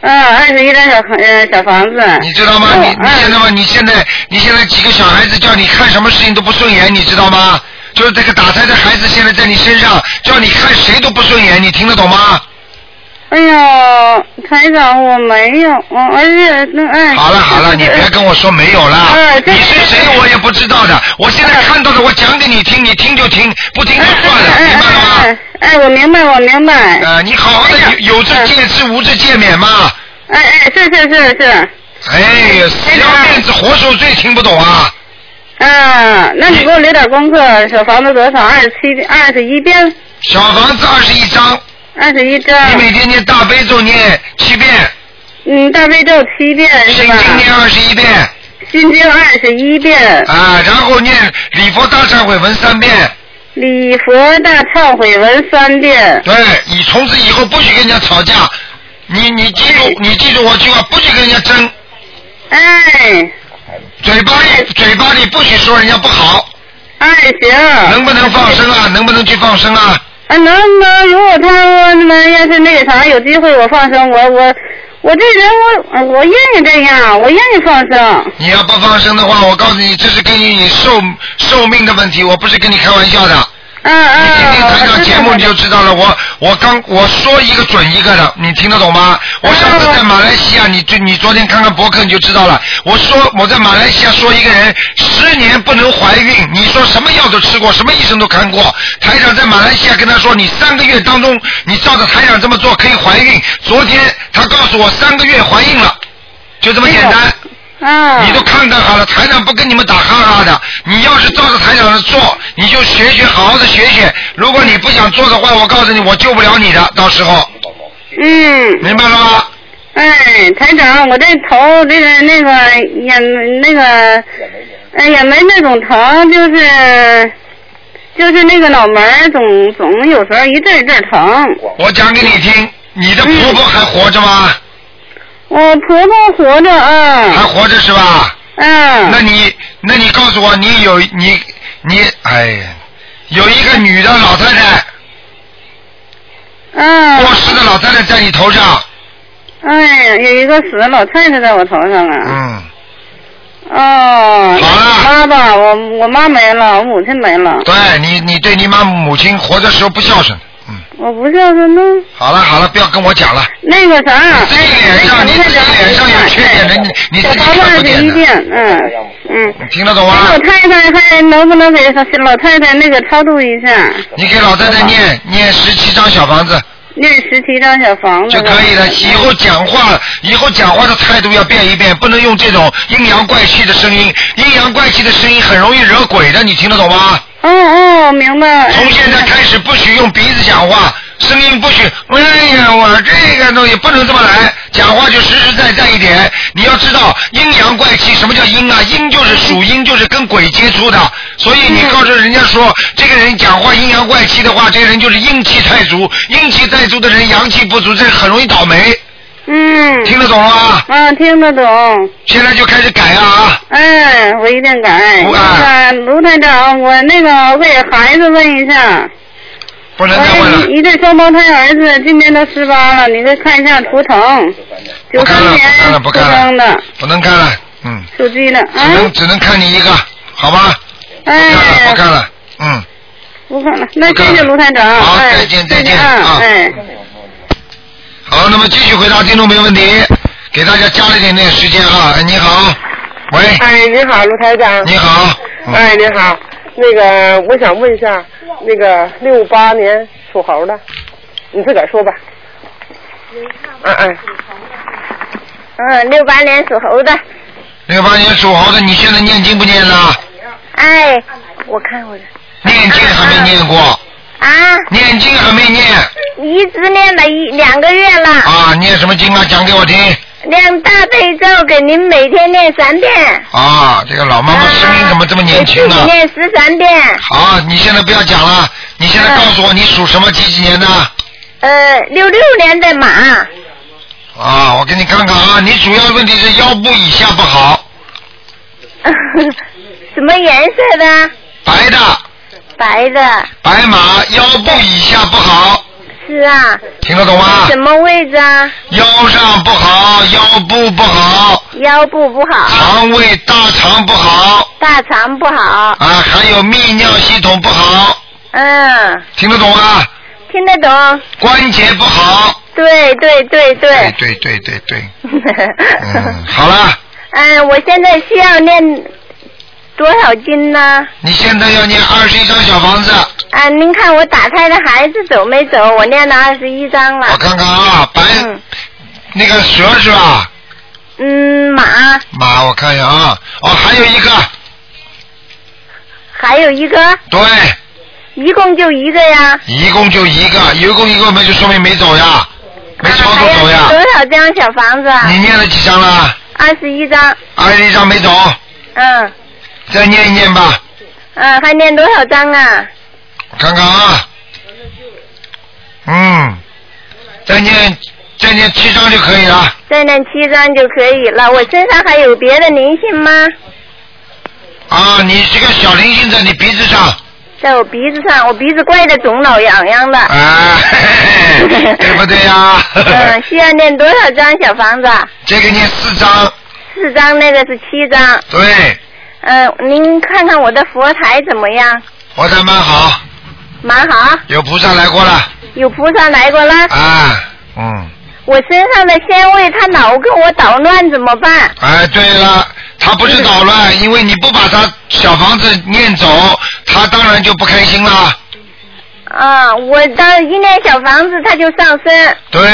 Speaker 12: 嗯，二十一张小房呃小房子。哦嗯
Speaker 1: 你知道吗？你你现在吗？你现在你现在几个小孩子叫你看什么事情都不顺眼，你知道吗？就是这个打胎的孩子现在在你身上，叫你看谁都不顺眼，你听得懂吗？
Speaker 12: 哎呦，台长，我没有，我而且那哎。
Speaker 1: 好 了好了，你别跟我说没有了，你是谁我也不知道的。我现
Speaker 12: 哎
Speaker 1: 在看到的，我讲给你听，你听就听，不听就算了，明白了吗？
Speaker 12: 哎，我明白，我明白。
Speaker 1: 啊，你好好的有有志戒之，无志戒勉嘛。
Speaker 12: 哎哎，是是是是，
Speaker 1: 哎，死要面子活受罪，听不懂啊？
Speaker 12: 嗯，那你给我留点功课，小房子多少？二十七，二十一遍。
Speaker 1: 小房子二十一章。
Speaker 12: 二十一章。
Speaker 1: 你每天念大悲咒念七遍。
Speaker 12: 嗯，大悲咒七遍是吧？心经
Speaker 1: 念二十一遍。
Speaker 12: 心经二十一遍。
Speaker 1: 啊，然后念礼佛大忏悔文三遍。
Speaker 12: 礼佛大忏悔文三遍。
Speaker 1: 对，你从此以后不许跟人家吵架，你你记住你记住我句话，不许跟人家争。
Speaker 12: 哎。
Speaker 1: 嘴巴里嘴巴里不许说人家不好。
Speaker 12: 哎，行。
Speaker 1: 能不能放生啊？能不能去放生啊？
Speaker 12: 啊，能能，如果他啊们要是那个啥，有机会我放生，我我我这人我我愿意这样，我愿意放生。
Speaker 1: 你要不放生的话，我告诉你，这是跟你寿寿命的问题，我不是跟你开玩笑的。
Speaker 12: 嗯嗯。
Speaker 1: 你听听台长节目你就知道了，我我刚我说一个准一个的，你听得懂吗？嗯我上次在马来西亚，你就你昨天看看博客你就知道了。我说我在马来西亚说一个人十年不能怀孕，你说什么药都吃过，什么医生都看过。台长在马来西亚跟他说，你三个月当中你照着台长这么做可以怀孕。昨天他告诉我三个月怀孕了，就这么简单。
Speaker 12: 啊！
Speaker 1: 你都看看好了，台长不跟你们打哈哈的。你要是照着台长的做，你就学学，好好的学学。如果你不想做的话，我告诉你，我救不了你的。到时候，
Speaker 12: 嗯。
Speaker 1: 明白了吗？
Speaker 12: 哎，台长，我这头这个那个也那个，哎也没那种疼，就是就是那个脑门儿总总有时候一阵一阵疼。
Speaker 1: 我讲给你听，你的婆婆还活着吗？
Speaker 12: 我婆婆活着啊。
Speaker 1: 还活着是吧？
Speaker 12: 嗯。
Speaker 1: 那你，那你告诉我，你有你你，哎呀，有一个女的老太太。
Speaker 12: 嗯。
Speaker 1: 过世的老太太在你头上。
Speaker 12: 哎呀，有一个死的老太太在我头上啊。
Speaker 1: 嗯。
Speaker 12: 哦。妈吧，我我妈没了，我母亲没了，
Speaker 1: 对你，你对你妈母亲活的时候不孝顺。
Speaker 12: 我不孝顺呢。
Speaker 1: 好了好了，不要跟我讲了。
Speaker 12: 那个啥，
Speaker 1: 自己脸上，你自己脸上有缺点的，你你
Speaker 12: 小
Speaker 1: 自己
Speaker 12: 房子
Speaker 1: 看
Speaker 12: 二
Speaker 1: 不
Speaker 12: 十
Speaker 1: 见
Speaker 12: 一
Speaker 1: 的。
Speaker 12: 遍，嗯嗯。
Speaker 1: 听得懂吗？
Speaker 12: 老太太还能不能给老太太那个超度一下？
Speaker 1: 你给老太太念念十七张小房子
Speaker 12: 念十七张小房子
Speaker 1: 就可以了。以后讲话，以后讲话的态度要变一变，不能用这种阴阳怪气的声音。阴阳怪气的声音很容易惹鬼的，你听得懂吗？
Speaker 12: 哦哦，明白。
Speaker 1: 从现在开始不许用鼻子讲话，声音不许。哎呀，我这个东西不能这么来，讲话就实实在在一点。你要知道阴阳怪气，什么叫阴啊？阴就是属阴，就是跟鬼接触的。所以你告诉人家说，这个人讲话阴阳怪气的话，这个人就是阴气太足，阴气太足的人阳气不足，这很容易倒霉。
Speaker 12: 嗯。
Speaker 1: 听得懂了吗？
Speaker 12: 嗯，听得懂。
Speaker 1: 现在就开始改啊！
Speaker 12: 哎，我一定改。那个卢台长，我那个为孩子问一下，
Speaker 1: 不能再问
Speaker 12: 我
Speaker 1: 了。
Speaker 12: 是一一对双胞胎儿子，今年都十八了，你再看一下图腾，九三年出生的，
Speaker 1: 不能看了，嗯，
Speaker 12: 属鸡的
Speaker 1: 只
Speaker 12: 啊，
Speaker 1: 能只能看你一个，好吧？啊
Speaker 12: 哎
Speaker 1: 不，看了，嗯。
Speaker 12: 不看了，那谢谢卢台长，好，再
Speaker 1: 见
Speaker 12: 再见啊，哎，
Speaker 1: 好，那么继续回答听众朋友问题，给大家加了一点点时间啊。哎，你好，喂。
Speaker 13: 哎，你好，卢台长。
Speaker 1: 你好。嗯
Speaker 13: 哎，你好，那个我想问一下，那个六八年属猴的，你自个儿说吧。嗯嗯。
Speaker 4: 嗯，六八年属猴的，
Speaker 1: 六八年属猴的，你现在念经不念了？
Speaker 4: 哎，我看我的
Speaker 1: 念经还没念过，
Speaker 4: 啊，
Speaker 1: 念经还没念
Speaker 4: 一直念了一两个月了，
Speaker 1: 啊？念什么经啊？讲给我听
Speaker 4: 念大悲咒给您每天念三遍，
Speaker 1: 啊！这个老妈妈声音怎么这么年轻
Speaker 4: 自己
Speaker 1: 呢？
Speaker 4: 念十三遍，
Speaker 1: 好，你现在不要讲了，你现
Speaker 13: 嗯
Speaker 1: 在告诉我你属什么几几年的？
Speaker 4: 呃，六六年的马，
Speaker 1: 啊，我给你看看啊，你主要问题是腰部以下不好，
Speaker 4: 什么颜色的？
Speaker 1: 白的。
Speaker 4: 白的。
Speaker 1: 白马腰部以下不好。
Speaker 4: 是啊。
Speaker 1: 听得懂吗？
Speaker 4: 什么位置啊？
Speaker 1: 腰上不好，腰部不好，
Speaker 4: 腰部不好，
Speaker 1: 肠胃大肠不好
Speaker 4: 大肠不好，
Speaker 1: 啊，还有泌尿系统不好，
Speaker 4: 嗯，
Speaker 1: 听得懂吗？
Speaker 4: 听得懂？
Speaker 1: 关节不好。
Speaker 4: 对对对 对。
Speaker 1: 对对对对，嗯，好了，
Speaker 4: 嗯，我现在需要念多少经呢？
Speaker 1: 你现在要念二十一张小房子，
Speaker 4: 啊，您看我打胎的孩子走没走？我念了二十一章了。嗯我
Speaker 1: 看看啊，白、那个蛇是吧？
Speaker 4: 嗯，马
Speaker 1: 妈，我看一下啊，哦，还有一个，
Speaker 4: 还有一个，
Speaker 1: 对，
Speaker 4: 一共就一个呀。
Speaker 1: 一共就一个，一共一个没就说明没走呀，没操作走呀，
Speaker 4: 多少张小房子啊？
Speaker 1: 你念了几张了？
Speaker 4: 二十一张。
Speaker 1: 二十一张没走，
Speaker 4: 嗯
Speaker 1: 再念一念吧。
Speaker 4: 嗯，还念多少张啊？
Speaker 1: 看看啊，嗯，再念再念七张就可以了。
Speaker 4: 再念七张就可以了。我身上还有别的灵性吗？
Speaker 1: 啊，你这个小灵性在你鼻子上，
Speaker 4: 在我鼻子上，我鼻子怪的肿，老痒痒的。
Speaker 1: 啊， 对不对呀、
Speaker 4: 哎嗯，需要念多少张小房子啊？
Speaker 1: 这个念四张，
Speaker 4: 四张，那个是七张。
Speaker 1: 对，
Speaker 4: 嗯，您看看我的佛台怎么样？
Speaker 1: 活得蛮好，
Speaker 4: 蛮好，啊
Speaker 1: 有菩萨来过了
Speaker 4: 有菩萨来过啦。
Speaker 1: 啊，嗯，
Speaker 4: 我身上的香味，它老跟我捣乱，怎么办？
Speaker 1: 哎，对了，他不是捣乱，因为你不把他小房子念走，他当然就不开心了。
Speaker 4: 啊，我当一念小房子，它就上升。
Speaker 1: 对，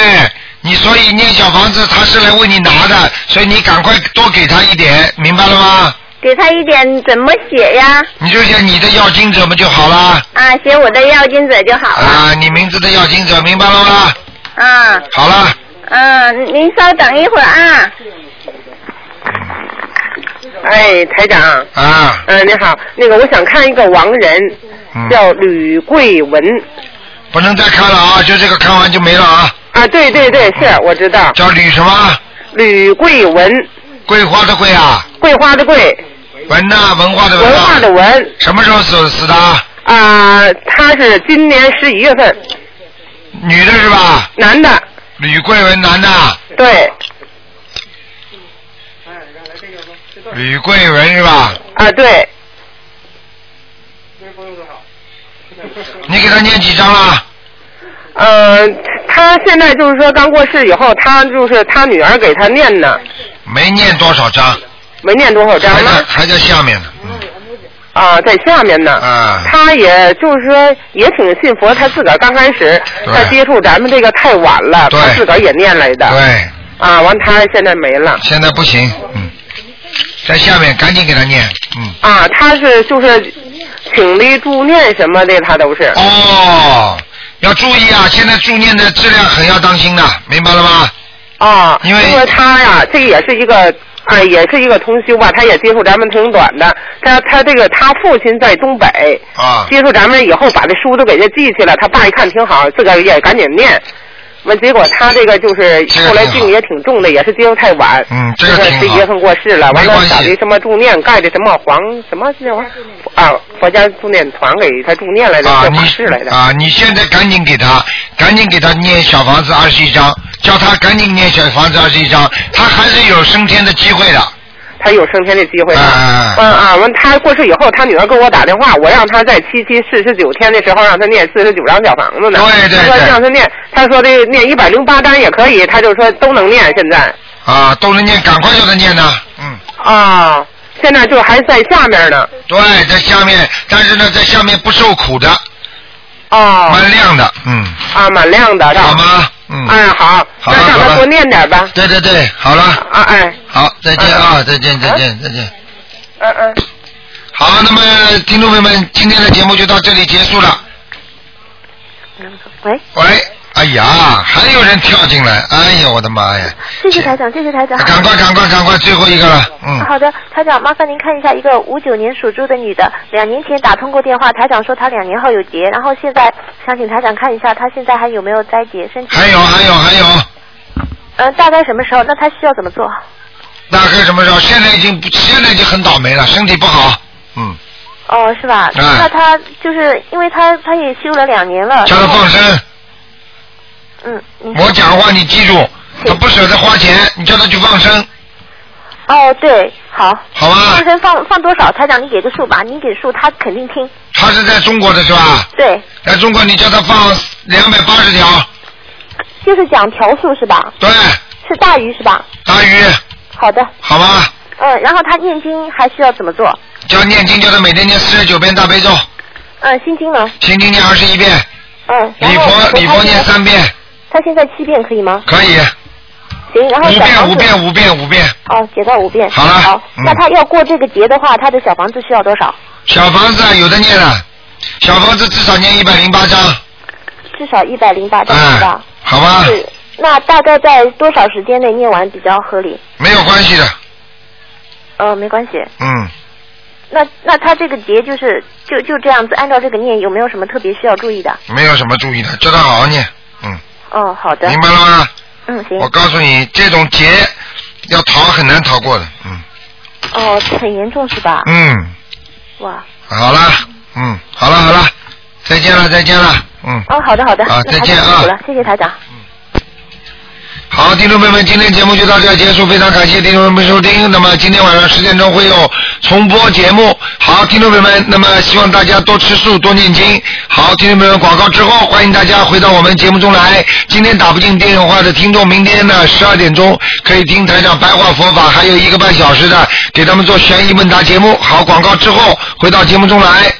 Speaker 1: 你所以念小房子，他是来为你拿的，所以你赶快多给他一点，明白了吗？
Speaker 4: 给他一点怎么写呀？
Speaker 1: 你就写你的要经者不就好啦？
Speaker 4: 啊，写我的要经者就好了。
Speaker 1: 啊，你名字的要经者，明白了吗？
Speaker 4: 啊，
Speaker 1: 好了，
Speaker 4: 嗯，您稍等一会儿啊。
Speaker 13: 哎，台长。
Speaker 1: 啊。
Speaker 13: 嗯、你好，那个我想看一个亡人，
Speaker 1: 嗯
Speaker 13: 叫吕桂文。
Speaker 1: 不能再看了啊，就这个看完就没了啊。
Speaker 13: 啊，对对对，是我知道。
Speaker 1: 叫吕什么？
Speaker 13: 吕桂文。
Speaker 1: 桂花的桂啊。
Speaker 13: 桂花的桂。
Speaker 1: 文呐、文化的文、啊。
Speaker 13: 文化的文。
Speaker 1: 什么时候死死的？
Speaker 13: 啊、他是今年十一月份，
Speaker 1: 女的是吧？
Speaker 13: 男的。
Speaker 1: 吕桂文，男的。
Speaker 13: 对，
Speaker 1: 吕桂文是吧？
Speaker 13: 啊，对，
Speaker 1: 你给他念几张啊了？
Speaker 13: 呃，他现在就是说刚过世以后，他就是他女儿给他念呢，
Speaker 1: 没念多少张，
Speaker 13: 没念多少章
Speaker 1: 还
Speaker 13: 呢，
Speaker 1: 在还在下面呢。
Speaker 13: 啊，在下面呢。
Speaker 1: 啊。
Speaker 13: 他也就是说也挺信佛，他自个儿刚开始
Speaker 1: 对
Speaker 13: 他接触咱们这个太晚了，
Speaker 1: 对
Speaker 13: 他自个儿也念来的。
Speaker 1: 对，
Speaker 13: 啊，完他现在没了。
Speaker 1: 现在不行，嗯，在下面赶紧给他念，嗯。
Speaker 13: 啊，他是就是请的助念什么的，他都是。
Speaker 1: 哦，要注意啊！现在助念的质量很要当心的，明白了吗？
Speaker 13: 啊，
Speaker 1: 因为
Speaker 13: 他呀，这个也是一个，啊，也是一个同修吧，他也接触咱们挺短的。他他这个他父亲在东北，
Speaker 1: 啊
Speaker 13: 接触咱们以后把这书都给他寄去了，他爸一看挺好，自个儿也赶紧念。完结果他这个就是后来病也挺重的，也是接受太晚，
Speaker 1: 嗯，这
Speaker 13: 就
Speaker 1: 个
Speaker 13: 是
Speaker 1: 挺
Speaker 13: 十一月
Speaker 1: 好。
Speaker 13: 份过世了。完了
Speaker 1: 没关系
Speaker 13: 找的什么助念盖的什么黄什么这玩意儿啊，佛家助念团给他助念来的，
Speaker 1: 啊，
Speaker 13: 这法
Speaker 1: 你
Speaker 13: 事来的。
Speaker 1: 啊，你现在赶紧给他，赶紧给他念小房子二十一章，叫他赶紧念小房子二十一章，他还是有升天的机会的。
Speaker 13: 他有升天的机会。嗯啊，完他过世以后，他女儿给我打电话，我让他在七七四十九天的时候让他念四十九张小房子呢。对对他说让他念，他说的念一百零八单也可以，他就说都能念现在。
Speaker 1: 啊，都能念，赶快叫他念呢。嗯。
Speaker 13: 啊，现在就还在下面呢。
Speaker 1: 对，在下面，但是呢，在下面不受苦的，
Speaker 13: 哦。
Speaker 1: 蛮亮的，嗯。
Speaker 13: 啊，蛮亮的。好
Speaker 1: 吗？嗯。
Speaker 13: 嗯，好。
Speaker 1: 好
Speaker 13: 那
Speaker 1: 了
Speaker 13: 让
Speaker 1: 好
Speaker 13: 他
Speaker 1: 了
Speaker 13: 多念点吧。
Speaker 1: 对对对，好了，
Speaker 13: 啊哎，
Speaker 1: 好，再见啊，再见，再见，再见。
Speaker 13: 嗯嗯。
Speaker 1: 好，那么听众朋友们，今天的节目就到这里结束了。
Speaker 3: 喂，
Speaker 1: 喂，哎呀，还有人跳进来，哎呀，我的妈呀！
Speaker 3: 谢谢台长，谢谢台长。
Speaker 1: 哎赶快，赶快，赶快，最后一个了，嗯，
Speaker 3: 好的，台长，麻烦您看一下一个五九年属猪的女的，两年前打通过电话，台长说她两年后有结，然后现在想请台长看一下她现在还有没有灾结，身体。
Speaker 1: 还有，还有，还有，
Speaker 3: 嗯、大概什么时候？那她需要怎么做？
Speaker 1: 大概什么时候？现在已经不，现在已经很倒霉了，身体不好，嗯，
Speaker 3: 哦，是吧？
Speaker 1: 嗯
Speaker 3: 那她就是因为她她也修了两年了。
Speaker 1: 叫他放生。
Speaker 3: 嗯，你
Speaker 1: 我讲话你记住，他不舍得花钱，你叫他去放生，
Speaker 3: 哦，对，好。
Speaker 1: 好吧。
Speaker 3: 放生放放多少？台长，你给个数吧，你给数，她肯定听。
Speaker 1: 他是在中国的是吧？
Speaker 3: 对。
Speaker 1: 在中国，你叫他放两百八十条
Speaker 3: 就是讲条数是吧？
Speaker 1: 对。
Speaker 3: 是大鱼是吧？
Speaker 1: 大鱼，
Speaker 3: 好的。
Speaker 1: 好吧？
Speaker 3: 嗯，然后他念经还需要怎么做？
Speaker 1: 叫他念经，叫他每天念四十九遍大悲咒，
Speaker 3: 嗯，心经呢？
Speaker 1: 心经念二十一遍，
Speaker 3: 嗯，然
Speaker 1: 礼
Speaker 3: 后
Speaker 1: 佛礼佛念三遍，
Speaker 3: 他现在七遍可以吗？
Speaker 1: 可以，
Speaker 3: 行，然后
Speaker 1: 五
Speaker 3: 小
Speaker 1: 遍
Speaker 3: 房
Speaker 1: 五
Speaker 3: 子
Speaker 1: 遍五遍五遍，
Speaker 3: 哦，解到五遍。
Speaker 1: 好了
Speaker 3: 好，
Speaker 1: 嗯
Speaker 3: 那他要过这个节的话，他的小房子需要多少？
Speaker 1: 小房子啊有的念了，小房子至少念一百零八章，
Speaker 3: 至少一百零八张
Speaker 1: 哎
Speaker 3: 是吧？
Speaker 1: 好吧？
Speaker 3: 是。那大概在多少时间内念完比较合理？
Speaker 1: 没有关系的，
Speaker 3: 呃，没关系。
Speaker 1: 嗯，
Speaker 3: 那那他这个节就是就就这样子，按照这个念，有没有什么特别需要注意的？
Speaker 1: 没有什么注意的，叫他好好念，嗯，
Speaker 3: 哦，好的。
Speaker 1: 明白了吗？
Speaker 3: 嗯，行。
Speaker 1: 我告诉你，这种劫要逃很难逃过的，嗯
Speaker 3: 哦，很严重是吧？
Speaker 1: 嗯，
Speaker 3: 哇。
Speaker 1: 好了，嗯，好了好了，再见了再见了。
Speaker 3: 哦，好的好的，
Speaker 1: 啊
Speaker 3: 那
Speaker 1: 再见
Speaker 3: 台长
Speaker 1: 啊
Speaker 3: 辛苦了，谢谢台长。
Speaker 1: 好，听众朋友们，今天节目就到这儿结束，非常感谢听众朋友们收听。那么今天晚上十点钟会有重播节目。好，听众朋友们，那么希望大家多吃素，多念经。好，听众朋友们，广告之后，欢迎大家回到我们节目中来。今天打不进电话的听众，明天呢十二点钟可以听台长白话佛法，还有一个半小时的给他们做悬疑问答节目。好，广告之后回到节目中来。